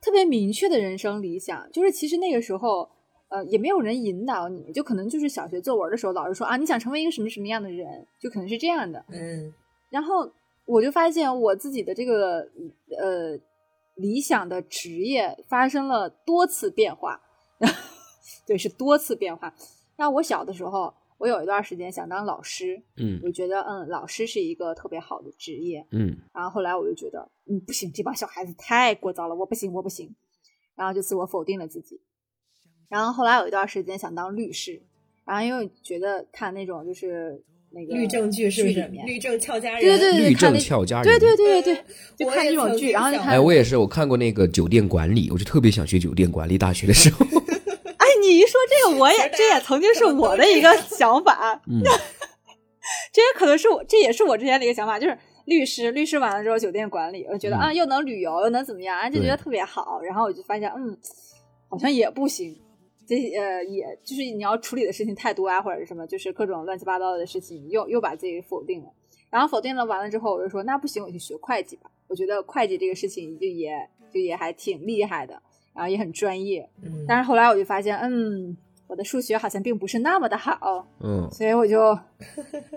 S4: 特别明确的人生理想，就是其实那个时候，呃，也没有人引导你，就可能就是小学作文的时候，老师说啊，你想成为一个什么什么样的人，就可能是这样的。
S2: 嗯，
S4: 然后我就发现我自己的这个呃理想的职业发生了多次变化， 对，是多次变化。那我小的时候，我有一段时间想当老师，
S1: 嗯
S4: 我觉得嗯，老师是一个特别好的职业。
S1: 嗯
S4: 然后后来我就觉得，嗯，不行，这帮小孩子太过早了，我不行，我不行。然后就自我否定了自己。然后后来有一段时间想当律师，然后因为觉得看那种就是那个
S2: 律政剧是不
S4: 剧
S2: 是
S4: 里？面
S2: 律政俏佳人，
S4: 对对对，
S1: 律
S4: 看
S1: 政
S4: 那
S1: 俏佳人，
S4: 对对对对对，就
S2: 我
S4: 看
S2: 也
S4: 这种
S2: 曾
S4: 剧，
S2: 经
S4: 然后就
S2: 想
S4: 看
S1: 哎，，我也是，我看过那个酒店管理，我就特别想学酒店管理。大学的时候，
S8: 哎，你一说这个，我也这也曾经是我的一个想法，
S1: 嗯，
S8: 这也可能是我，这也是我之前的一个想法，就是律师，律师完了之后酒店管理，我觉得、
S1: 嗯
S8: 啊，又能旅游，又能怎么样，啊，就觉得
S1: 对
S8: 特别好。然后我就发现，嗯，好像也不行，这呃，也就是你要处理的事情太多啊，或者是什么，就是各种乱七八糟的事情，又又把自己否定了。然后否定了完了之后，我就说那不行，我去学会计吧。我觉得会计这个事情就也就也还挺厉害的，然后也很专业。
S2: 嗯，
S8: 但是后来我就发现，嗯，我的数学好像并不是那么的好，
S1: 嗯，
S8: 所以我就，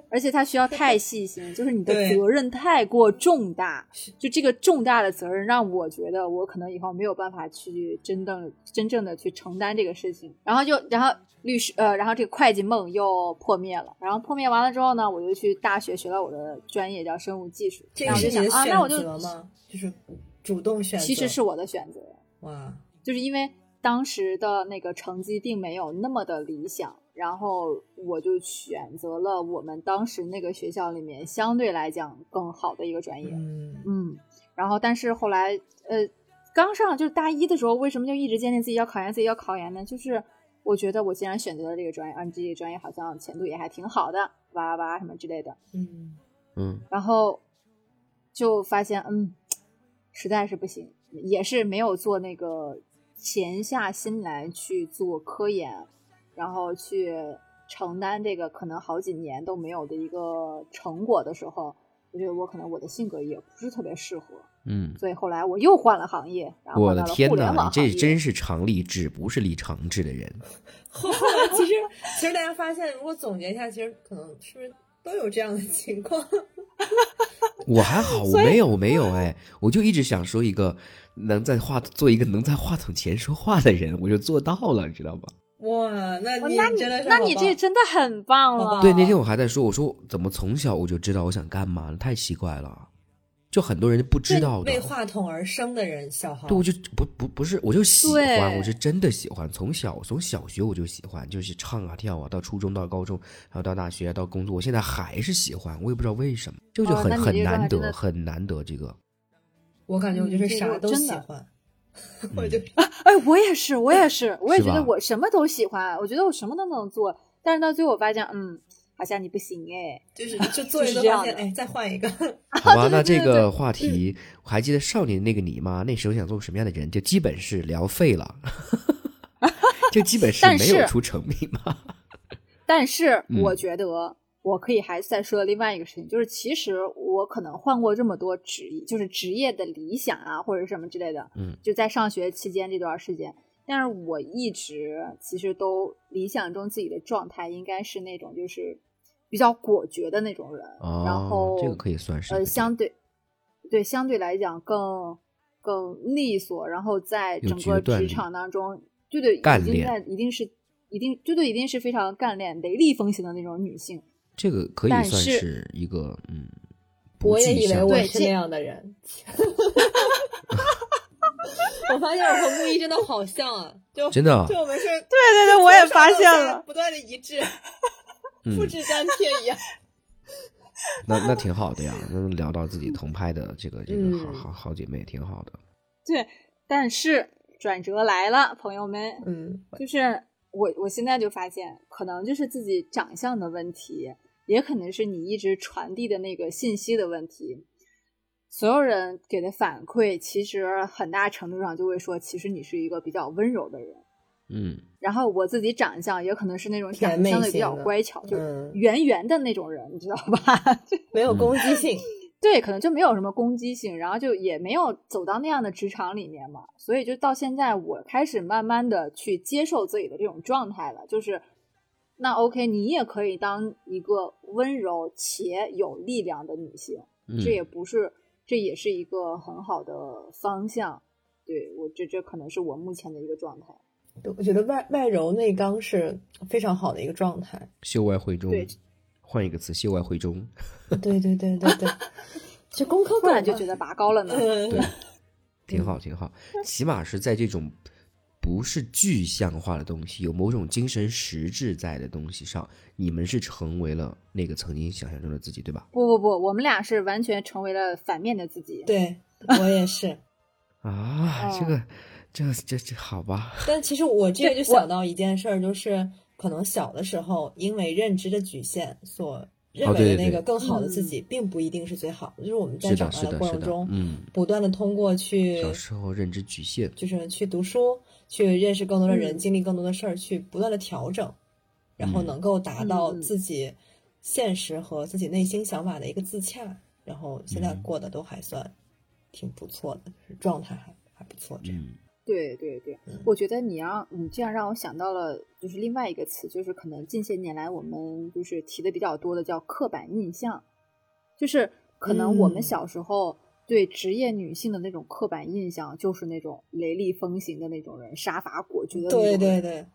S8: 而且它需要太细心，就是你的
S2: 对
S8: 责任太过重大，就这个重大的责任让我觉得我可能以后没有办法去真正真正的去承担这个事情，然后就然后律师呃，然后这个会计梦又破灭了，然后破灭完了之后呢，我就去大学学了我的专业叫生物技术，
S2: 这
S8: 然
S2: 个
S8: 后我
S2: 是
S8: 就
S2: 你
S8: 想
S2: 的
S8: 啊，
S2: 选
S8: 那我就
S2: 择吗？就是主动选择，
S4: 其实是我的选择。
S2: 哇，
S4: 就是因为当时的那个成绩并没有那么的理想，然后我就选择了我们当时那个学校里面相对来讲更好的一个专业。
S2: 嗯
S4: 嗯，然后但是后来呃，刚上就是大一的时候，为什么就一直坚定自己要考研，自己要考研呢？就是我觉得我既然选择了这个专业，啊，这个专业好像前途也还挺好的，哇哇哇什么之类的。
S2: 嗯，
S1: 嗯，
S4: 然后就发现，嗯，实在是不行，也是没有做那个潜下心来去做科研，然后去承担这个可能好几年都没有的一个成果的时候，我觉得我可能我的性格也不是特别适合，
S1: 嗯，
S4: 所以后来我又换了行业，然后
S1: 我
S4: 换
S1: 的
S4: 到了
S1: 天
S4: 互联
S1: 哪，
S4: 网
S1: 你
S4: 行
S1: 这
S4: 业。
S1: 真是常立志，不是立长志的人。
S2: 后来其实其实大家发现，如果总结一下，其实可能是不是都有这样的情况？
S1: 我还 好，我没有，我没有，哎，我就一直想说一个能在话做一个能在话筒前说话的人，我就做到了，你知道吧？
S2: 哇，那
S8: 哦
S2: 你
S8: 那你
S2: 真的是
S8: 那
S2: 好
S8: 你
S2: 棒
S8: 这真的很棒了。
S1: 对，那天我还在说，我说怎么从小我就知道我想干嘛了，太奇怪了，就很多人就不知道的
S2: 为。话筒而生的人，小豪
S1: 对，我就不不不是，我就喜欢，
S4: 哦对
S1: 我是真的喜欢。从小从小学我就喜欢，就是唱啊跳啊，到初中到高中，然后到大学啊到工作，我现在还是喜欢，我也不知道为什么，这就
S4: 哦
S1: 很、
S4: 那你这
S1: 很
S4: 个还
S1: 难
S4: 真的
S1: 得，很难得这 个。
S2: 我感觉我就是
S4: 嗯这
S2: 啥
S4: 个
S2: 都
S4: 真
S2: 喜
S4: 的
S2: 欢， 我就
S4: 哎，我也是，我也是，我也
S1: 是
S4: 觉得
S1: 吧
S4: 我什么都喜欢，我觉得我什么都能做，但是到最后我发现，嗯，好像你不行哎。
S2: 就是就做一
S4: 是
S2: 个
S4: 这
S2: 发
S4: 样
S2: 现，
S4: 的
S2: 哎，再换一个，
S1: 好吧，那
S4: 对嗯
S1: 这
S4: 对
S1: 个话题，我还记得少年那个你吗？那时候想做什么样的人，就基本是聊废了， 就基本是
S4: 但
S1: 没有
S4: 是
S1: 出成品嘛。
S4: 但是
S1: 嗯
S4: 我觉得我可以还再说另外一个事情，就是其实我可能换过这么多职业，就是职业的理想啊或者什么之类的，
S1: 嗯，
S4: 就在上学期间这段时间，但是我一直其实都理想中自己的状态应该是那种就是比较果决的那种人， 然
S1: 哦
S4: 后，
S1: 这个可以算是一
S4: 呃，
S1: 个
S4: 相对对相对来讲更更利索，然后在
S1: 有
S4: 整
S1: 决
S4: 个
S1: 断
S4: 职
S1: 力
S4: 场当中，对对，
S1: 干
S4: 已经
S1: 练
S4: 在一定是一定对对，一定是非常干练、雷厉风行的那种女性。
S1: 这个可以
S4: 但
S1: 算
S4: 是
S1: 是一个嗯，不
S2: 我也
S1: 计
S2: 以为
S1: 相
S2: 我
S1: 当
S2: 是
S4: 这
S2: 那样的人。 我发现我和木一真的好像啊，就
S1: 真的啊
S2: 就我们是
S8: 对对对，我也发现
S2: 从上到下
S8: 了。
S2: 不断的一致，
S1: 嗯
S2: 复制粘贴一 样。
S1: 那那挺好的呀，能聊到自己同派的这个这个好
S2: 嗯
S1: 好好姐妹，挺好的。
S8: 对，但是转折来了，朋友们，
S2: 嗯，
S8: 就是
S4: 我我现在就发现，可能就是自己长相的问题，也可能是你一直传递的那个信息的问题。所有人给的反馈，其实很大程度上就会说，其实你是一个比较温柔的人。
S1: 嗯，
S4: 然后我自己长相也可能是那种
S2: 甜
S4: 长
S2: 妹
S4: 相对比
S2: 型
S4: 较
S2: 的
S4: 乖巧，就是
S2: 嗯
S4: 圆圆的那种人，你知道吧？
S2: 没有攻击性，
S4: 对，可能就没有什么攻击性，然后就也没有走到那样的职场里面嘛，所以就到现在，我开始慢慢的去接受自己的这种状态了，就是那 OK，你也可以当一个温柔且有力量的女性，
S1: 嗯
S4: 这也不是，这也是一个很好的方向。对我这这可能是我目前的一个状态，
S2: 对我觉得外外柔内刚是非常好的一个状态。
S1: 秀外慧中
S4: 对，
S1: 换一个词，秀外慧中。
S2: 对对对对 对，就工科
S4: 突然
S2: 感
S4: 就觉得拔高了 呢。
S2: 嗯
S1: 对，挺好，挺好。起码是在这种不是具象化的东西，有某种精神实质在的东西上，你们是成为了那个曾经想象中的自己，对吧？
S4: 不不不，我们俩是完全成为了反面的自己。
S2: 对我也是。
S1: 啊，这
S4: 哦
S1: 个，这这这好吧？
S2: 但其实我这个
S4: 对
S2: 就
S4: 我
S2: 想到一件事儿，就是可能小的时候因为认知的局限所认
S1: 哦对
S2: 为的
S1: 对
S2: 那
S1: 对
S2: 个更好的自
S4: 嗯
S2: 己，并不一定是最好的。就是我们在
S1: 是的，
S2: 长
S1: 是
S2: 大
S1: 的，
S2: 过
S1: 是
S2: 程
S1: 的
S2: 中，，
S1: 嗯，
S2: 不断的通过去
S1: 小时候认知局限，
S2: 就是去读书，去认识更多的人，
S4: 嗯
S2: 经历更多的事儿，去不断的调整，然后
S1: 嗯
S2: 能够达到
S4: 嗯嗯
S2: 自己现实和自己内心想法的一个自洽。然后现在
S1: 嗯
S2: 过得都还算挺不错的，就是状态还还不错。这样，
S1: 嗯，
S4: 对对对
S2: 嗯，
S4: 我觉得你让你这样让我想到了，就是另外一个词，就是可能近些年来我们就是提的比较多的叫刻板印象，就是可能我们
S2: 嗯
S4: 小时候对职业女性的那种刻板印象，就是那种雷厉风行的那种人，杀伐果决的那种
S2: 对
S4: 人。
S2: 对对，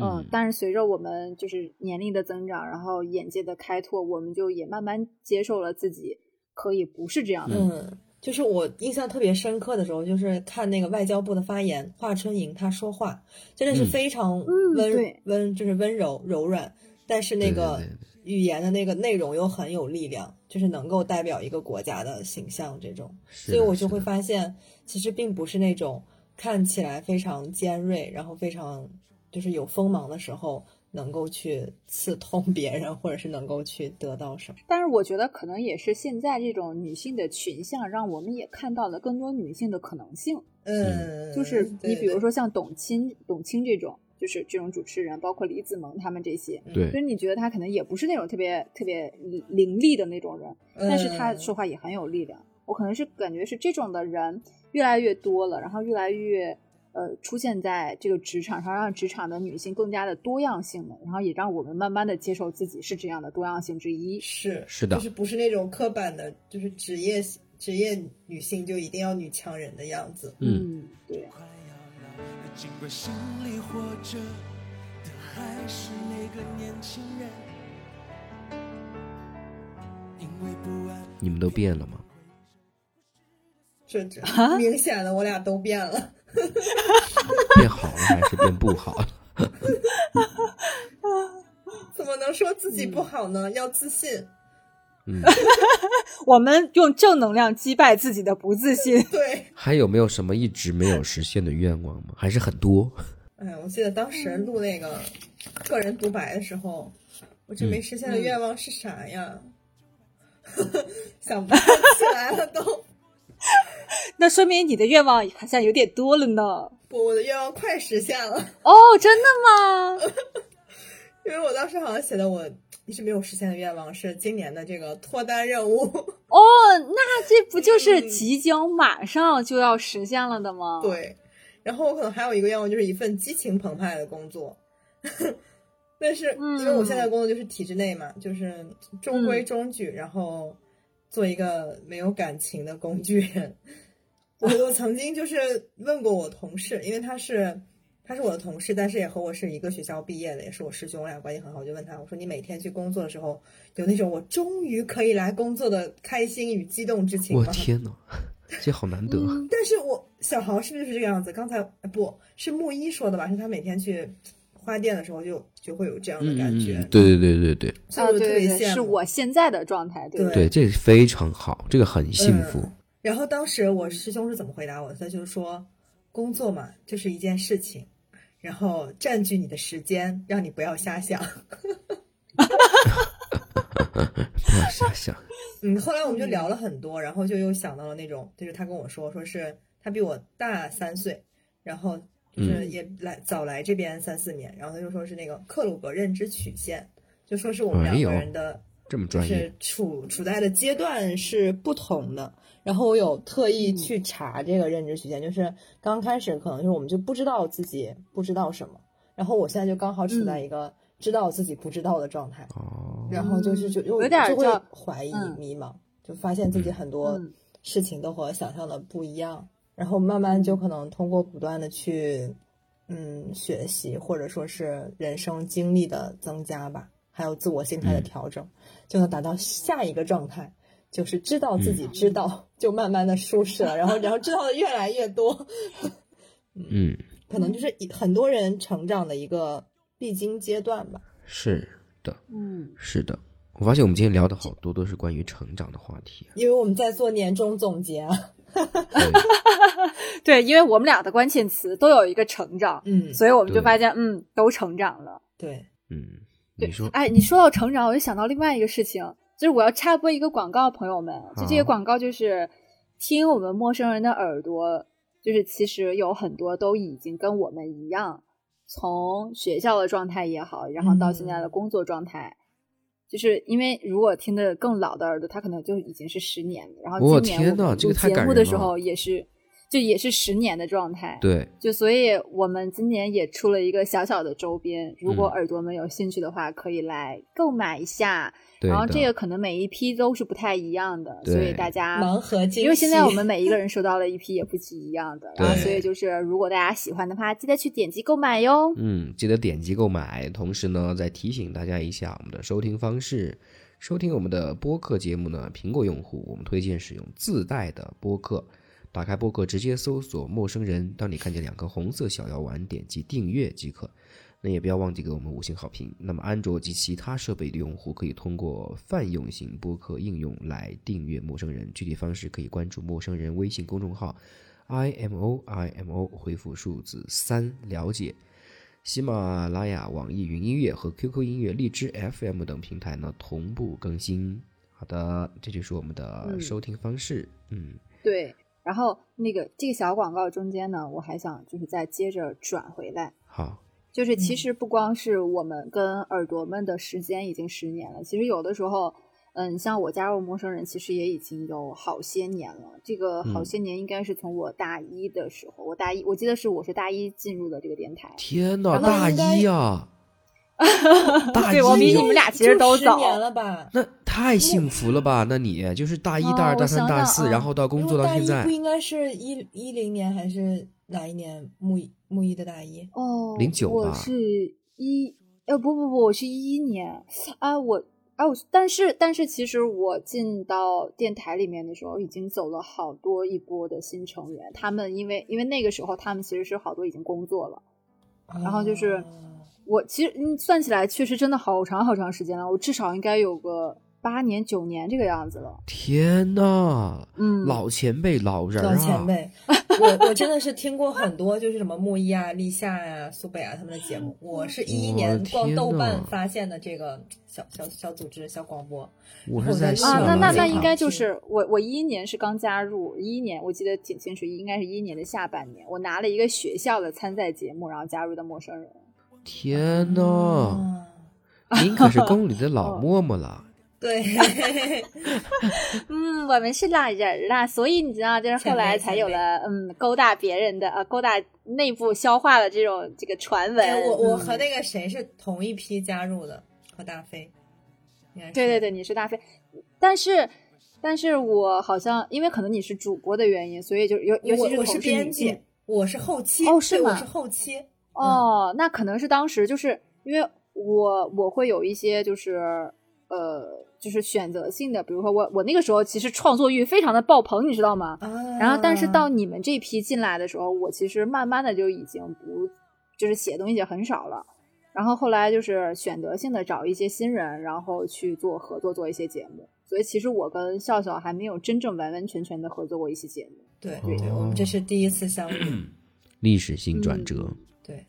S4: 嗯，但是随着我们就是年龄的增长，然后眼界的开拓，我们就也慢慢接受了自己可以不是这样的。
S2: 嗯，就是我印象特别深刻的时候，就是看那个外交部的发言，华春莹她说话真的是
S1: 嗯
S2: 非常
S4: 嗯
S2: 温、
S4: 对
S2: 温，就是温柔柔软，但是
S1: 对
S2: 那
S1: 对
S2: 个
S1: 对对
S2: 语言的那个内容又很有力量，就是能够代表一个国家的形象这种。
S1: 所
S2: 所以我就会发现，其实并不是那种看起来非常尖锐，然后非常就是有锋芒的时候，能够去刺痛别人，或者是能够去得到什么。
S4: 但是我觉得可能也是现在这种女性的群像，让我们也看到了更多女性的可能性。
S1: 嗯
S4: 就是你比如
S2: 说，
S4: 说像董卿、董卿这种，就是这种主持人，包括李子萌他们这些，
S1: 对
S4: 就是你觉得她可能也不是那种特别特别伶俐的那种人，
S2: 嗯
S4: 但是她说话也很有力量。我可能是感觉是这种的人越来越多了，然后越来越呃出现在这个职场上，让职场的女性更加的多样性了，然后也让我们慢慢的接受自己是这样的多样性之一。
S2: 是
S1: 是的
S2: 就是不是那种刻板的，就是职业职业女性就一定要女强人的样子。
S1: 嗯，
S4: 嗯，对。
S9: 快要老了，尽管心里活着的还是那个年轻人。因为不安，
S1: 你们都变了吗？
S2: 这这明显的，我俩都变了。
S1: 变好了还是变不好 了？
S2: 怎么能说自己不好呢？要自信。
S1: 嗯，
S4: 我们用正能量击败自己的不自信。
S2: 对，
S1: 还有没有什么一直没有实现的愿望吗？还是很多？
S2: 哎呀，我记得当时录那个个人独白的时候，我这没实现的愿望是啥呀？ 想不起来了都。
S4: 那说明你的愿望好像有点多了呢。
S2: 不，我的愿望快实现了。
S4: 哦，真的 吗？
S2: 因为我当时好像写的我一直没有实现的愿望是今年的这个脱单任务，
S4: 哦，那这不就是即将马上就要实现了的吗？，
S2: 对，然后我可能还有一个愿望就是一份激情澎湃的工作， 但是因为我现在的工作就是体制内嘛，就是中规中矩，然后做一个没有感情的工具人。我我曾经就是问过我同事，因为他是他是我的同事，但是也和我是一个学校毕业的，也是我师兄，我俩关系很好。我就问他，我说你每天去工作的时候，有那种我终于可以来工作的开心与激动之情
S1: 我
S2: 吗？
S1: 天哪， 这好难得。
S2: 但是我小豪是不是这个样子？刚才呃不是木一说的吧？是他每天去花店的时候就就会有这样的感觉，
S1: 嗯对对对对对
S2: 所
S4: 啊，
S2: 以我就
S4: 对
S2: 特别
S4: 对
S2: 羡慕。
S4: 对，是我现在的状态，对不
S1: 对，
S2: 对
S1: 这非常好，这个很幸福。
S2: 嗯然后当时我师兄是怎么回答我的？他就是说，工作嘛，就是一件事情，然后占据你的时间，让你不要瞎想。
S1: 不要瞎想，
S2: 嗯，后来我们就聊了很多，然后就又想到了那种，就是他跟我说，说是他比我大三岁，然后就是
S4: 嗯
S2: 也来早来这边三四年，然后他就说是那个克鲁格认知曲线，就说是我
S1: 哎
S2: 们两
S1: 呦
S2: 个人的
S1: 这么专
S2: 就
S1: 业
S2: 是，处处在的阶段是不同的。然后我有特意去查这个认知曲线，就是刚开始可能就是我们就不知道自己不知道什么，然后我现在就刚好处在一个知道自己不知道的状态，
S1: 哦，
S2: 然后就是就就
S4: 嗯有点
S2: 就会
S4: 叫
S2: 怀疑
S4: 嗯
S2: 迷茫，就发现自己很多
S4: 嗯
S2: 事情都和我想象的不一样，然后慢慢就可能通过不断的去嗯学习，或者说是人生经历的增加吧，还有自我心态的
S1: 嗯
S2: 调整，就能达到下一个状态。就是知道自己知道，就慢慢的舒适了，然后然后知道的越来越多，
S1: 嗯，
S2: 可能就是一很多人成长的一个必经阶段吧。
S1: 是的，
S4: 嗯，
S1: 是的。我发现我们今天聊的好多都是关于成长的话题啊，
S2: 因为我们在做年终总结啊，
S1: 对
S4: 对，因为我们俩的关键词都有一个成长，
S2: 嗯，
S4: 所以我们就
S1: 对
S4: 发现，嗯，都成长了。
S2: 对，
S1: 嗯，
S4: 对
S1: 你说，
S4: 哎，你说到成长，我就想到另外一个事情，就是我要插播一个广告，朋友们，就这
S1: 好
S4: 个广告就是听我们陌生人的耳朵，就是其实有很多都已经跟我们一样，从学校的状态也好，然后到现在
S1: 嗯
S4: 的工作状态。就是因为如果听的更老的耳朵，他可能就已经是十年了。然后
S1: 我
S4: 今
S1: 天
S4: 年我
S1: 呐
S4: 们
S1: 这个
S4: 录
S1: 太
S4: 节
S1: 感
S4: 目的
S1: 人
S4: 时
S1: 了
S4: 候也是，就也是十年的状态。
S1: 对，
S4: 就所以，我们今年也出了一个小小的周边，如果
S1: 嗯
S4: 耳朵们有兴趣的话，可以来购买一下。
S1: 对
S4: 然后
S1: 的
S4: 这个可能每一批都是不太一样的，
S1: 对
S4: 所以大家，
S2: 盲盒惊喜。
S4: 因为现在我 们每一个人收到了一批也不是一样的，
S1: 对
S4: 然后所以就是，如果大家喜欢的话，记得去点击购买哟。
S1: 嗯，记得点击购买。同时呢，再提醒大家一下我们的收听方式。收听我们的播客节目呢，苹果用户我们推荐使用自带的播客。打开播客，直接搜索“陌生人”，当你看见两颗红色小药丸，点击订阅即可。那也不要忘记给我们五星好评。那么，安卓及其他设备的用户可以通过泛用型播客应用来订阅《陌生人》，具体方式可以关注“陌生人”微信公众号 i m o i m o，回复数字三了解。喜马拉雅、网易云音乐和 QQ 音乐、荔枝 FM 等平台呢同步更新。好的，这就是我们的
S4: 嗯
S1: 收听方式。嗯，
S4: 对，然后那个这个小广告中间呢，我还想就是再接着转回来，
S1: 好，
S4: 就是其
S1: 嗯
S4: 实不光是我们跟耳朵们的时间已经十年了，其实有的时候，嗯，像我加入陌生人，其实也已经有好些年了。这个好
S1: 嗯
S4: 些年应该是从我大一的时候，我大一我记得是我是大一进入的这个电台，
S1: 天哪，
S4: 然后
S1: 大
S4: 应该
S1: 一 啊，大
S4: 对我比
S1: 一
S4: 你们俩其实都
S2: 十
S4: 早。
S2: 年了吧？
S1: 那太幸福了吧？那你就是大一、大二、
S4: 哦
S1: 大
S4: 我
S1: 三、
S4: 想
S1: 大
S4: 想
S1: 四，
S4: 啊
S1: 然后到工作到现
S2: 因为大一
S1: 在
S2: 不，应该是一一零年还是哪一年？木一木一的大一，
S4: 哦，
S1: 09吧
S4: 我是一，呃，不不不，我是一一年啊，我啊，我但是但是，其实我进到电台里面的时候，已经走了好多一波的新成员，他们因为因为那个时候他们其实是好多已经工作了，
S2: 然
S4: 后就是
S2: 哦
S4: 我其实嗯算起来确实真的好长好长时间了，我至少应该有个八年九年这个样子了，
S1: 天哪，
S4: 嗯，
S1: 老前辈、老人
S2: 老
S1: 啊，
S2: 前辈，我我真的是听过很多，就是什么木一啊、 立夏呀、苏北啊他们的节目。我是一一
S1: 我
S2: 年逛
S1: 天
S2: 豆
S1: 呐
S2: 瓣发现的这个小小小组织、小广播。
S1: 我是在
S2: 啊
S1: 喜
S4: 啊，那
S1: 马
S4: 那
S1: 拉
S4: 那
S1: 雅
S4: 应该就是是我我一一年是刚加入，一一年我记得挺清楚，应该是一一年的下半年，我拿了一个学校的参赛节目，然后加入的陌生人。
S1: 天
S4: 嗯
S1: 哪，
S2: 啊，
S1: 您可是宫里的老
S4: 哦
S1: 嬷嬷了。
S2: 对，
S4: 嗯，我们是老人啦，所以你知道，就是后来才有了嗯勾搭别人的呃勾搭内部消化的这种这个传闻。
S2: 哎我我
S4: 嗯
S2: 和那个谁是同一批加入的，和大飞。应该是
S4: 对对对，你是大飞，但是。但是我好像因为可能你是主播的原因，所以就尤尤其
S2: 我我
S4: 同
S2: 是
S4: 事
S2: 编
S4: 女
S2: 辑，嗯
S4: 性
S2: 我是后期
S4: 哦是
S2: 对我
S4: 吗
S2: 是后期，
S4: 哦，那可能是当时就是因为我我会有一些就是呃就是选择性的，比如说我我那个时候其实创作欲非常的爆棚，你知道吗？
S2: 啊，
S4: 然后但是到你们这批进来的时候，我其实慢慢的就已经不就是写东西也很少了。然后后来就是选择性的找一些新人，然后去做合作，做一些节目。所以其实我跟笑笑还没有真正完完全全的合作过一期节目。
S2: 对
S1: 对
S2: 对，我们这是第一次相
S1: 嗯
S2: 遇，
S1: 历史性转折，
S2: 对，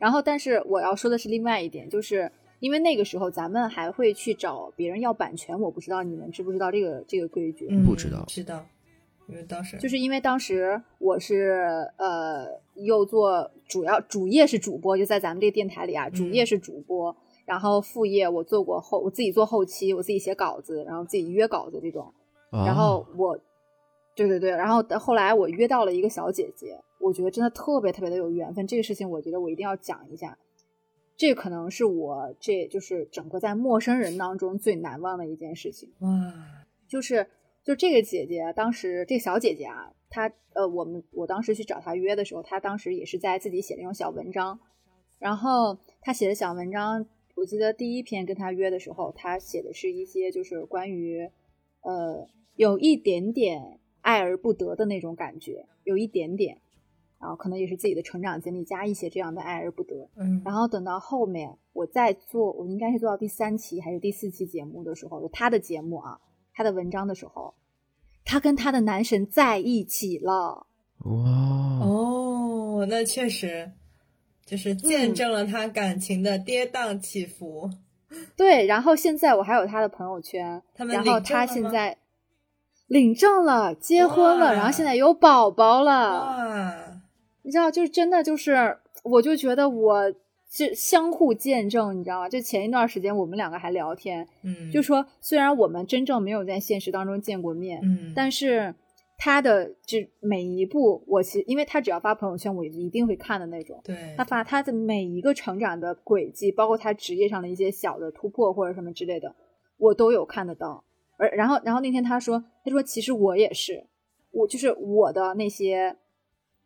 S4: 然后，但是我要说的是另外一点，就是因为那个时候咱们还会去找别人要版权，我不知道你们知不知道这个这个规矩，
S2: 嗯
S1: 不知道
S2: 知道，因为当时
S4: 就是因为当时我是呃又做主要主业是主播，就在咱们这个电台里啊，主业是主播。然后副业我做过后，我自己做后期，我自己写稿子，然后自己约稿子这种。嗯
S1: 啊哦
S4: 然后我，对对对，然后后来我约到了一个小姐姐，我觉得真的特别特别的有缘分。这个事情我觉得我一定要讲一下，这可能是我这就是整个在陌生人当中最难忘的一件事情。
S2: 哇，
S4: 就是就这个姐姐，当时这个小姐姐啊，她呃，我们我当时去找她约的时候，她当时也是在自己写那种小文章，然后她写的小文章，我记得第一篇跟她约的时候，她写的是一些就是关于呃。有一点点爱而不得的那种感觉，有一点点，然后可能也是自己的成长经历加一些这样的爱而不得。
S2: 嗯，
S4: 然后等到后面我再做，我应该是做到第三期还是第四期节目的时候，就他的节目啊，他的文章的时候，他跟他的男神在一起了。
S1: 哇
S2: 哦，那确实就是见证了他感情的跌宕起伏。
S4: 嗯、对，然后现在我还有他的朋友圈，
S2: 他
S4: 然后他现在。领证了，结婚了，然后现在有宝宝
S2: 了。
S4: 你知道，就是真的，就是我就觉得我这相互见证，你知道吗？就前一段时间我们两个还聊天，
S2: 嗯，
S4: 就说虽然我们真正没有在现实当中见过面，
S2: 嗯，
S4: 但是他的这每一步，我其因为他只要发朋友圈，我一定会看的那种。
S2: 对，
S4: 他发他的每一个成长的轨迹，包括他职业上的一些小的突破或者什么之类的，我都有看得到。而然后，然后那天他说，他说其实我也是，我就是我的那些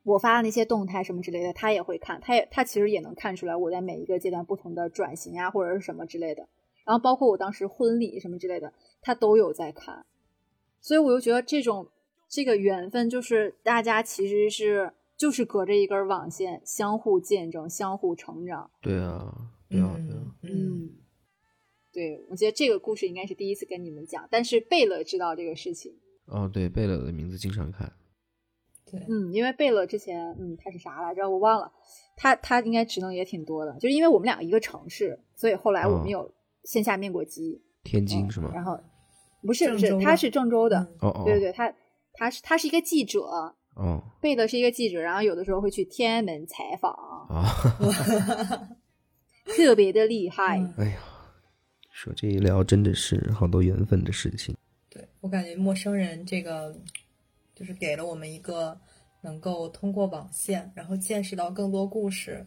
S4: 我发的那些动态什么之类的，他也会看，他也他其实也能看出来我在每一个阶段不同的转型啊，或者是什么之类的。然后包括我当时婚礼什么之类的，他都有在看。所以我就觉得这种这个缘分，就是大家其实是就是隔着一根网线相互见证、相互成长。
S1: 对啊，对啊，对啊，
S2: 嗯。嗯
S4: 对，我觉得这个故事应该是第一次跟你们讲，但是贝勒知道这个事情。
S1: 哦，对，贝勒的名字经常看。
S2: 对，
S4: 嗯，因为贝勒之前，嗯，他是啥来着？我忘了。他他应该职能也挺多的，就是因为我们俩一个城市，所以后来我们有线下面过机。
S1: 天津是吗？
S4: 哦然后不是不是，他是郑州的。
S2: 嗯
S4: 嗯
S1: 哦哦。
S4: 对对对，他他是他是一个记者。
S1: 哦。
S4: 贝勒是一个记者，然后有的时候会去天安门采访。
S1: 啊。
S4: 特别的厉害。
S1: 哎呀。说这一聊真的是好多缘分的事情。
S2: 对我感觉陌生人这个，就是给了我们一个能够通过网线，然后见识到更多故事，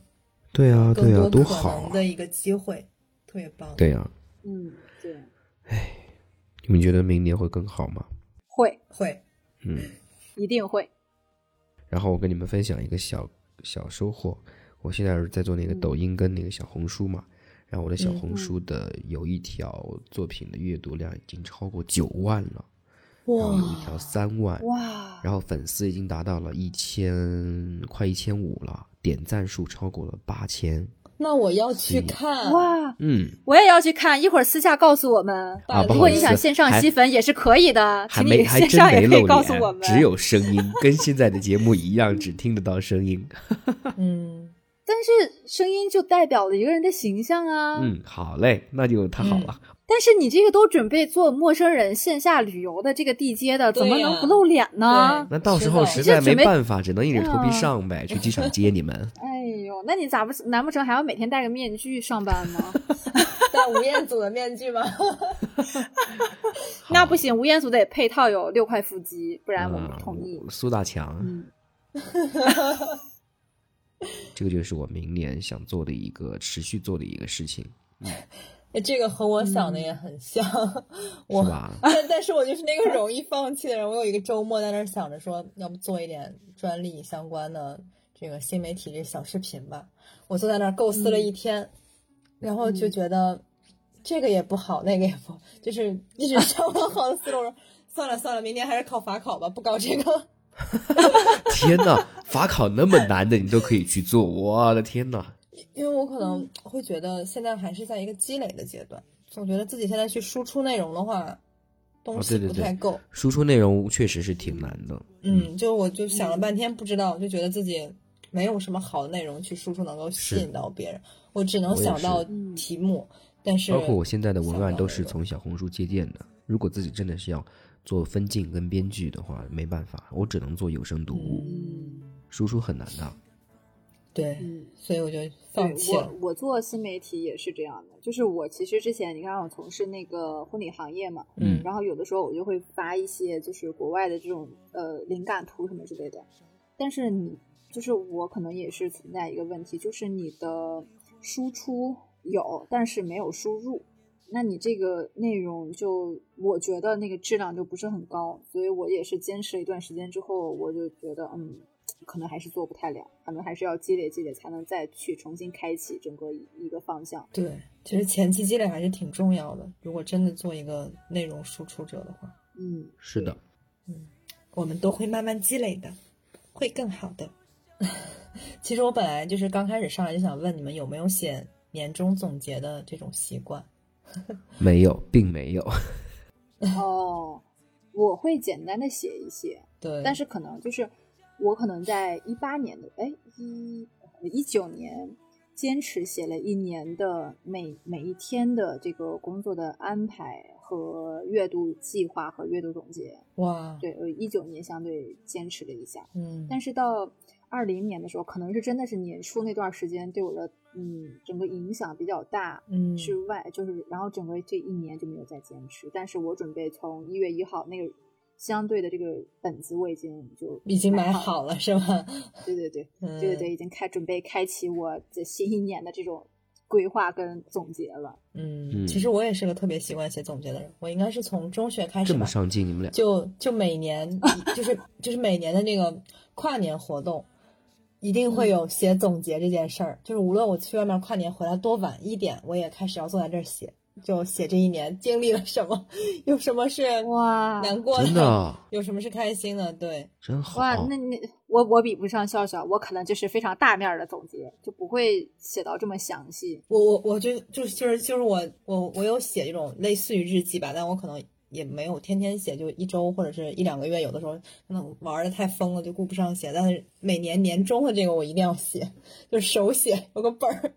S1: 对啊，对啊，多
S2: 好的一个机会，啊、特别棒。
S1: 对啊，
S4: 嗯，对。
S1: 哎，你们觉得明年会更好吗？
S4: 会
S2: 会，
S1: 嗯，
S4: 一定会。
S1: 然后我跟你们分享一个小小收获，我现在在做那个抖音跟那个小红书嘛。嗯然后我的小红
S4: 嗯
S1: 书的有一条作品的阅读量已经超过九万了，
S2: 哇！
S1: 然后有一条三万，
S4: 哇！
S1: 然后粉丝已经达到了一千，快一千五了，点赞数超过了八千。
S2: 那我要去看
S4: 哇！
S1: 嗯，
S4: 我也要去看，一会儿私下告诉我们。
S1: 啊，
S4: 如果你想线上吸粉也是可以的，
S1: 还没还
S4: 线上也可以告
S1: 诉
S4: 我们。
S1: 只有声音，跟现在的节目一样，只听得到声音。
S2: 嗯。
S4: 但是声音就代表了一个人的形象啊。
S1: 嗯，好嘞，那就太好了、
S2: 嗯。
S4: 但是你这个都准备做陌生人线下旅游的这个地接的，啊、怎么能不露脸呢？
S1: 那到时候实在没办法，只能硬着头皮上呗，啊、去机场接你 们。
S4: 哎呦，那你咋不难不成还要每天戴个面具上班吗？
S2: 戴吴彦祖的面具吗？
S4: 那不行，吴彦祖得配套有六块腹肌，不然我们不同意。
S1: 嗯、苏大强。
S4: 嗯
S1: 这个就是我明年想做的一个持续做的一个事情。
S2: 嗯、这个和我想的也很像，
S1: 嗯
S2: 我但但是我就是那个容易放弃的人。我有一个周末在那儿想着说，要不做一点专利相关的这个新媒体这小视频吧。我坐在那儿构思了一天，嗯、然后
S1: 嗯
S2: 就觉得这个也不好，那个也不，就是一直上不好的思路。算了算了，明年还是考法考吧，不搞这个。
S1: 天呐，法考那么难的你都可以去做，我的天呐！
S2: 因为我可
S1: 嗯
S2: 能会觉得现在还是在一个积累的阶段，总觉得自己现在去输出内容的话，东西不太够。
S1: 哦、对对对输出内容确实是挺难的。
S2: 嗯，就我就想了半天，不知道，我就觉得自己没有什么好的内容去输出能够吸引到别人，我只能想到题目。但是
S1: 包括我现在的文案都是从小红书借鉴的。如果自己真的是要做分镜跟编剧的话，没办法，我只能做有声读物，
S2: 嗯、
S1: 输出很难的。
S7: 嗯对，
S4: 嗯，
S7: 所以我就放弃
S4: 对
S7: 了
S4: 我。我做新媒体也是这样的，就是我其实之前你看我从事那个婚礼行业嘛，
S1: 嗯
S4: 然后有的时候我就会发一些就是国外的这种呃灵感图什么之类的，但是你就是我可能也是存在一个问题，就是你的输出有，但是没有输入，那你这个内容就我觉得那个质量就不是很高，所以我也是坚持了一段时间之后，我就觉得嗯，可能还是做不太了，可能还是要积累积累才能再去重新开启整个一一个方向。
S7: 对，其实前期积累还是挺重要的。如果真的做一个内容输出者的话，
S4: 嗯，
S1: 是的，
S7: 我们都会慢慢积累的，会更好的。 其实我本来就是刚开始上来就想问你们有没有写年终总结的这种习惯。
S1: 没有，并没有。
S4: 哦，我会简单的写一写，
S7: 对，
S4: 但是可能就是我可能在一八年的哎一呃一九年坚持写了一年的每每一天的这个工作的安排和阅读计划和阅读总结。
S7: 哇，
S4: 对，我一九年相对坚持了一下，
S7: 嗯，
S4: 但是到二零年的时候，可能是真的是年初那段时间对我的嗯整个影响比较大。
S7: 嗯
S4: 之外，就是然后整个这一年就没有再坚持，但是我准备从一月一号那个相对的这个本子我已经就
S7: 已经买好
S4: 好了，
S7: 了是吧？
S4: 对对 对，
S7: 嗯，
S4: 对对对，已经开准备开启我这新一年的这种规划跟总结了。
S7: 嗯，
S1: 嗯
S7: 其实我也是个特别习惯写总结的人，我应该是从中学开始
S1: 这么
S7: 吧，
S1: 上进，你们俩
S7: 就就每年 就是就是每年的那个跨年活动，一定会有写总结这件事儿。就是无论我去外面跨年回来多晚一点，我也开始要坐在这儿写，就写这一年经历了什么， 有什么是
S4: 哇
S7: 难过
S1: 真的啊
S7: 有什么是开心的，对，
S1: 真好。
S4: 哇，那那我我比不上笑笑，我可能就是非常大面儿的总结，就不会写到这么详细。
S7: 我我我就就就是就是我我我有写这种类似于日记吧，但我可能也没有天天写，就一周或者是一两个月，有的时候可能玩的太疯了，就顾不上写。但是每年年终的这个我一定要写，就手写有个本儿，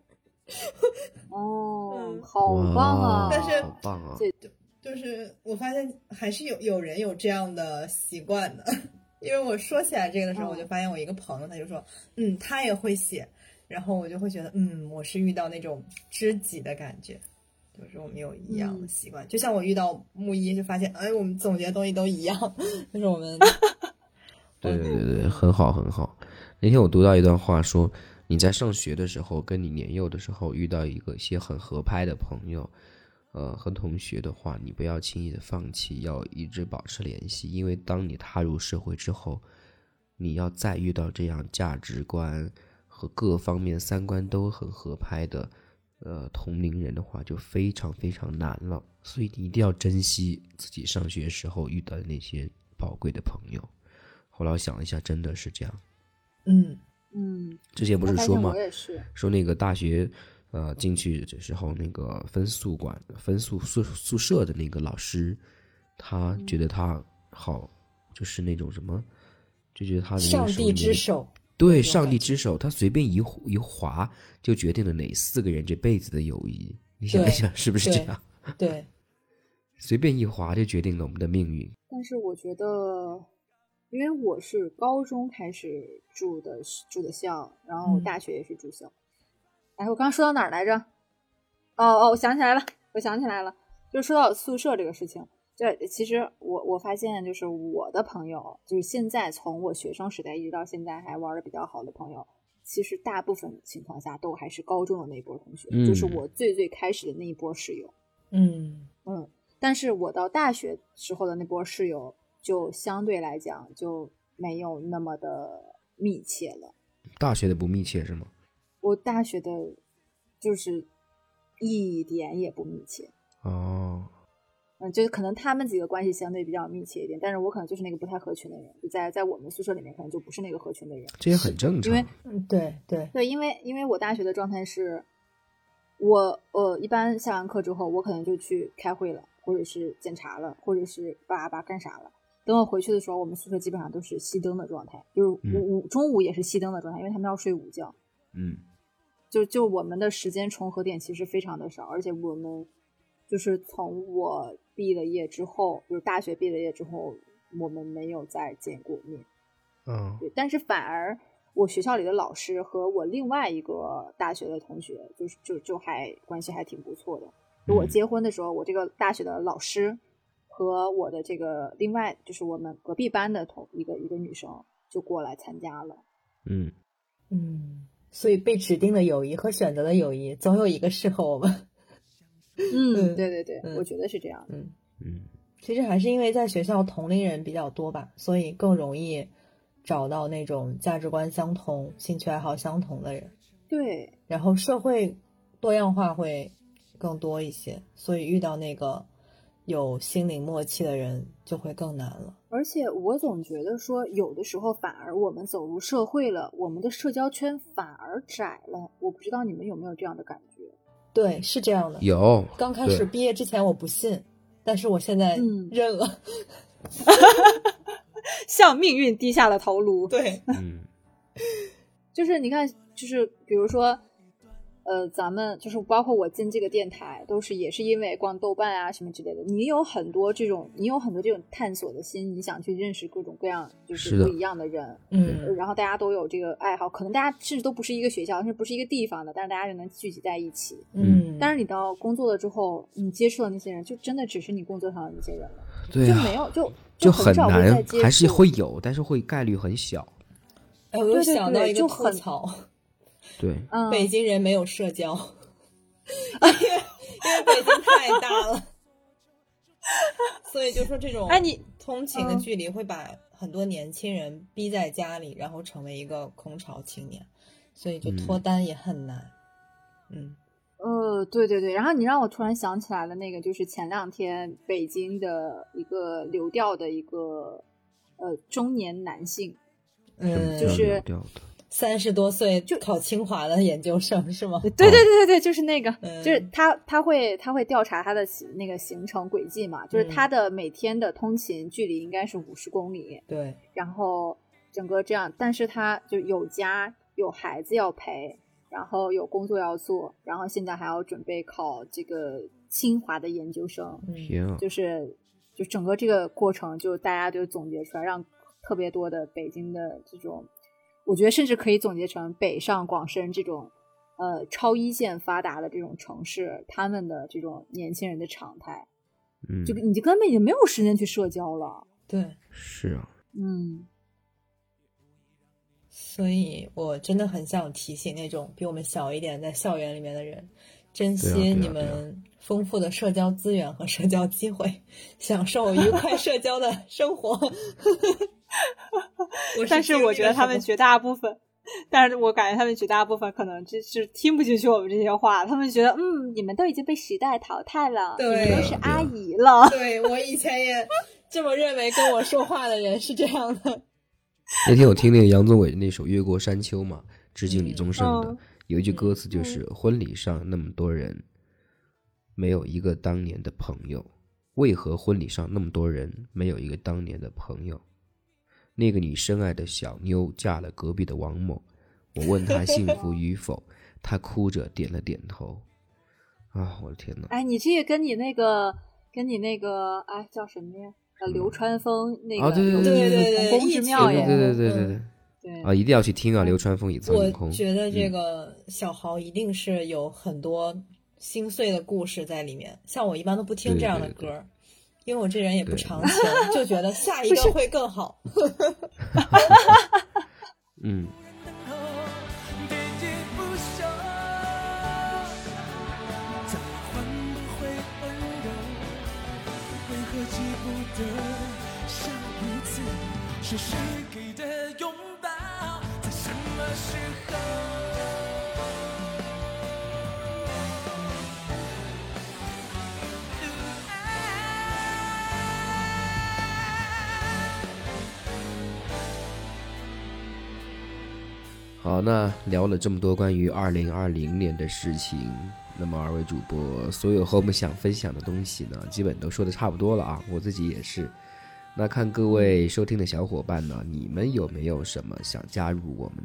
S4: 哦
S7: 嗯，
S4: 好棒
S1: 哇
S4: 啊！
S7: 但是
S1: 好棒啊！
S2: 就是我发现还是有有人有这样的习惯的， 因为我说起来这个的时候，
S4: 嗯
S2: 我就发现我一个朋友他就说，嗯，他也会写，然后我就会觉得，嗯，我是遇到那种知己的感觉，就是我们有一样的习惯，就像我遇到木一就发现，哎，我们总结的东西都一样， 就是我们
S1: 对对对对，很好很好。那天我读到一段话说，你在上学的时候，跟你年幼的时候遇到一个一些很合拍的朋友，呃，和同学的话，你不要轻易的放弃，要一直保持联系，因为当你踏入社会之后，你要再遇到这样价值观和各方面三观都很合拍的。呃，同龄人的话就非常非常难了，所以你一定要珍惜自己上学时候遇到的那些宝贵的朋友。后来我想了一下，真的是这样。
S7: 嗯，
S4: 嗯，
S1: 之前不
S4: 我
S1: 是
S4: 发
S1: 说
S4: 现
S1: 吗
S4: 我？也是，
S1: 说那个大学，呃，进去的时候那个分宿管、分宿宿宿舍的那个老师，他觉得他好，就是那种什么，就觉得他的那
S7: 上
S1: 个什么
S7: 帝之
S1: 名
S7: 手，
S1: 对，
S7: 那种
S1: 上
S7: 感
S1: 帝
S7: 觉
S1: 之手，他随便一划一划就决定了哪四个人这辈子的友谊。你想
S7: 对
S1: 一想，是不是这
S7: 对
S1: 样？
S7: 对，
S1: 随便一划就决定了我们的命运。
S4: 但是我觉得，因为我是高中开始住的住的校，然后
S7: 嗯
S4: 大学也是住校。哎，我刚刚说到哪儿来着？哦哦，我想起来了，我想起来了，就说到宿舍这个事情。这其实我我发现，就是我的朋友，就是现在从我学生时代一直到现在还玩的比较好的朋友，其实大部分情况下都还是高中的那一波同学，就是
S1: 嗯
S4: 我最最开始的那一波室友。
S7: 嗯
S4: 嗯，但是我到大学时候的那波室友，就相对来讲就没有那么的密切了。
S1: 大学的不密切是吗？
S4: 我大学的，就是一点也不密切。
S1: 哦，
S4: 嗯，就是可能他们几个关系相对比较密切一点，但是我可能就是那个不太合群的人，就在在我们宿舍里面可能就不是那个合群的人。
S1: 这也很正常。
S4: 因为
S7: 嗯，对对，
S4: 对，因为因为我大学的状态是，我呃一般下完课之后，我可能就去开会了，或者是检查了，或者是叭叭干啥了。等我回去的时候，我们宿舍基本上都是熄灯的状态，就是午午、中午也是熄灯的状态，因为他们要睡午觉。
S1: 嗯，
S4: 就就我们的时间重合点其实非常的少，而且我们就是从我毕了业之后，就是大学毕了业之后，我们没有再见过面。
S1: 嗯、
S4: 对，但是反而我学校里的老师和我另外一个大学的同学，就是就就还关系还挺不错的。就我结婚的时候，我这个大学的老师和我的这个另外就是我们隔壁班的同一个一个女生就过来参加了。
S1: 嗯
S2: 嗯，所以被指定的友谊和选择的友谊，总有一个适合我们。
S4: 嗯，对对对，嗯、我觉得是这样
S2: 嗯
S1: 嗯，
S2: 其实还是因为在学校同龄人比较多吧，所以更容易找到那种价值观相同、兴趣爱好相同的人。
S4: 对，
S2: 然后社会多样化会更多一些，所以遇到那个有心灵默契的人就会更难了。
S4: 而且我总觉得说，有的时候反而我们走入社会了，我们的社交圈反而窄了。我不知道你们有没有这样的感 觉。
S2: 对，是这样的。
S1: 有
S2: 刚开始
S1: 对
S2: 毕业之前我不信，但是我现在
S4: 嗯
S2: 认了。
S4: 向命运低下了头颅。
S2: 对，
S1: 嗯
S4: 就是你看，就是比如说，呃，咱们就是包括我进这个电台，都是也是因为逛豆瓣啊什么之类的。你有很多这种，你有很多这种探索的心，你想去认识各种各样就是
S1: 是的
S4: 不一样的人。
S2: 嗯，
S4: 然后大家都有这个爱好，可能大家甚至都不是一个学校，甚至不是一个地方的，但是大家就能聚集在一起。
S2: 嗯，
S4: 但是你到工作了之后，你接触的那些人，就真的只是你工作上的那些人了，
S1: 对
S4: 就
S1: 啊
S4: 没，有就
S1: 就
S4: 很
S1: 很
S4: 少会再
S1: 难
S4: 接，触，
S1: 还是会有，但是会概率很小。
S2: 哎，我又
S4: 对对
S2: 想到
S4: 对
S2: 一个
S4: 就
S2: 吐
S4: 很
S2: 槽，
S1: 对，
S4: 嗯，
S2: 北京人没有社交， 因为因为北京太 大了，所以就说这种
S4: 哎你
S2: 通勤的
S4: 嗯
S2: 距离会把很多年轻人逼在家里，然后成为一个空巢青年，所以就脱单也很难。嗯，
S4: 呃，对对对，然后你让我突然想起来了，那个就是前两天北京的一个流调的一个呃中年男性，
S2: 嗯，
S4: 呃就
S1: 要
S4: 是
S1: 流掉的
S2: 三十多岁就考清华的研究生是吗？
S4: 对
S1: 哦
S4: 对对对对，就是那个，就是
S2: 嗯
S4: 他他会他会调查他的行那个行程轨迹嘛，就是他的每天的通勤距离应该是五十公里，
S2: 对，
S4: 然后整个这样，但是他就有家有孩子要陪，然后有工作要做，然后现在还要准备考这个清华的研究生，
S2: 嗯，
S1: 天啊，
S4: 就是就整个这个过程，就大家就总结出来，让特别多的北京的这种，我觉得甚至可以总结成北上广深这种呃超一线发达的这种城市，他们的这种年轻人的常态，
S1: 嗯，
S4: 就你就根本就没有时间去社交了。
S2: 对。
S1: 是啊，
S4: 嗯，
S2: 所以我真的很想提醒那种比我们小一点在校园里面的人，珍惜
S1: 对啊对啊
S2: 你们丰富的社交资源和社交机会，享受愉快社交的生活。 我
S8: 但是
S2: 经历
S8: 我觉得
S2: 了
S8: 他们
S2: 什么
S8: 绝大部分，但是我感觉他们绝大部分可能就是听不进去我们这些话，他们觉得嗯，你们都已经被时代淘汰了，
S2: 对
S8: 你们
S1: 对
S8: 都是
S1: 啊对啊
S8: 阿姨了。
S2: 对我以前也这么认为，跟我说话的人是这样的。
S1: 那天我听那个杨宗纬那首《越过山丘》嘛，致敬李宗盛的
S8: 嗯，
S1: 有一句歌词就是“婚礼上那么多人，没有一个当年的朋友，为何婚礼上那么多人，没有一个当年的朋友？那个你深爱的小妞嫁了隔壁的王某，我问她幸福与否，她哭着点了点头。”啊，我的天哪！
S4: 哎，你这个跟你那个跟你那个哎叫什么呀？呃，流川枫那
S1: 嗯
S4: 个
S1: 啊对对
S4: 有
S1: 对对
S4: 有
S2: 对
S4: 同工
S2: 一
S4: 之
S2: 起
S4: 妙
S1: 哎对
S4: 耶，嗯
S1: 对对对对对
S4: 对
S1: 啊！一定要去听啊！流川枫与苍
S2: 我
S1: 井空，嗯
S2: 觉得这个小豪一定是有很多心碎的故事在里面。像我一般都不听
S1: 对
S2: 这样的
S1: 对对
S2: 歌儿，因为我这人也不
S1: 对
S2: 长情，就觉得下一个会更好。
S1: 嗯，
S6: 等候，喋喋不休，再换不回温柔，为何记不得上一次是谁给的拥抱，在什么时候？
S1: 好，那聊了这么多关于二零二零年的事情，那么二位主播所有和我们想分享的东西呢，基本都说的差不多了啊，我自己也是。那看各位收听的小伙伴呢，你们有没有什么想加入我们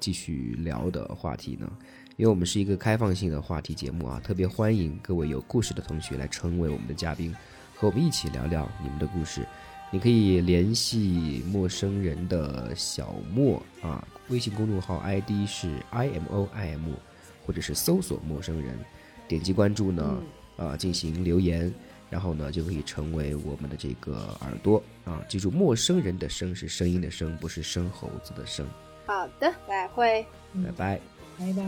S1: 继续聊的话题呢？因为我们是一个开放性的话题节目啊，特别欢迎各位有故事的同学来成为我们的嘉宾，和我们一起聊聊你们的故事。你可以联系陌生人的小莫啊，微信公众号 ID 是 i m o i m，或者是搜索“陌生人”，点击关注呢，呃，进行留言，然后呢就可以成为我们的这个耳朵啊。记住，陌生人的“声”是声音的“声”，不是生猴子的“生
S8: 好的，再会。”。
S1: 拜拜。
S2: 拜拜。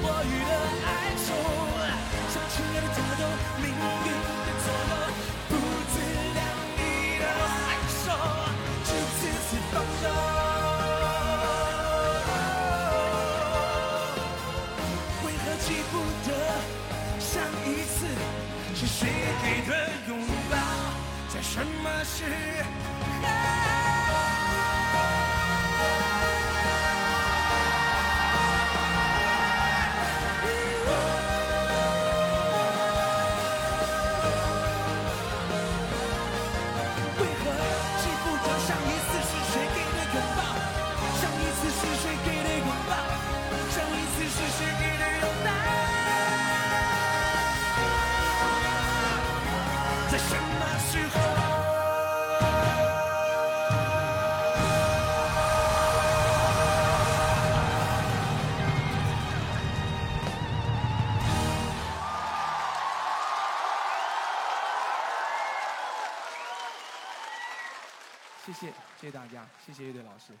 S6: 我予的哀愁，像情人的假斗，命运的左右，不自量力的爱手，只自己放手。为何记不得上一次是谁给的拥抱，在什么时候？为何记不得上一次是谁给的拥抱？上一次是谁给的拥抱？上一次是谁给的拥抱？在什么时候？
S10: 谢谢，谢谢大家，谢谢乐队老师。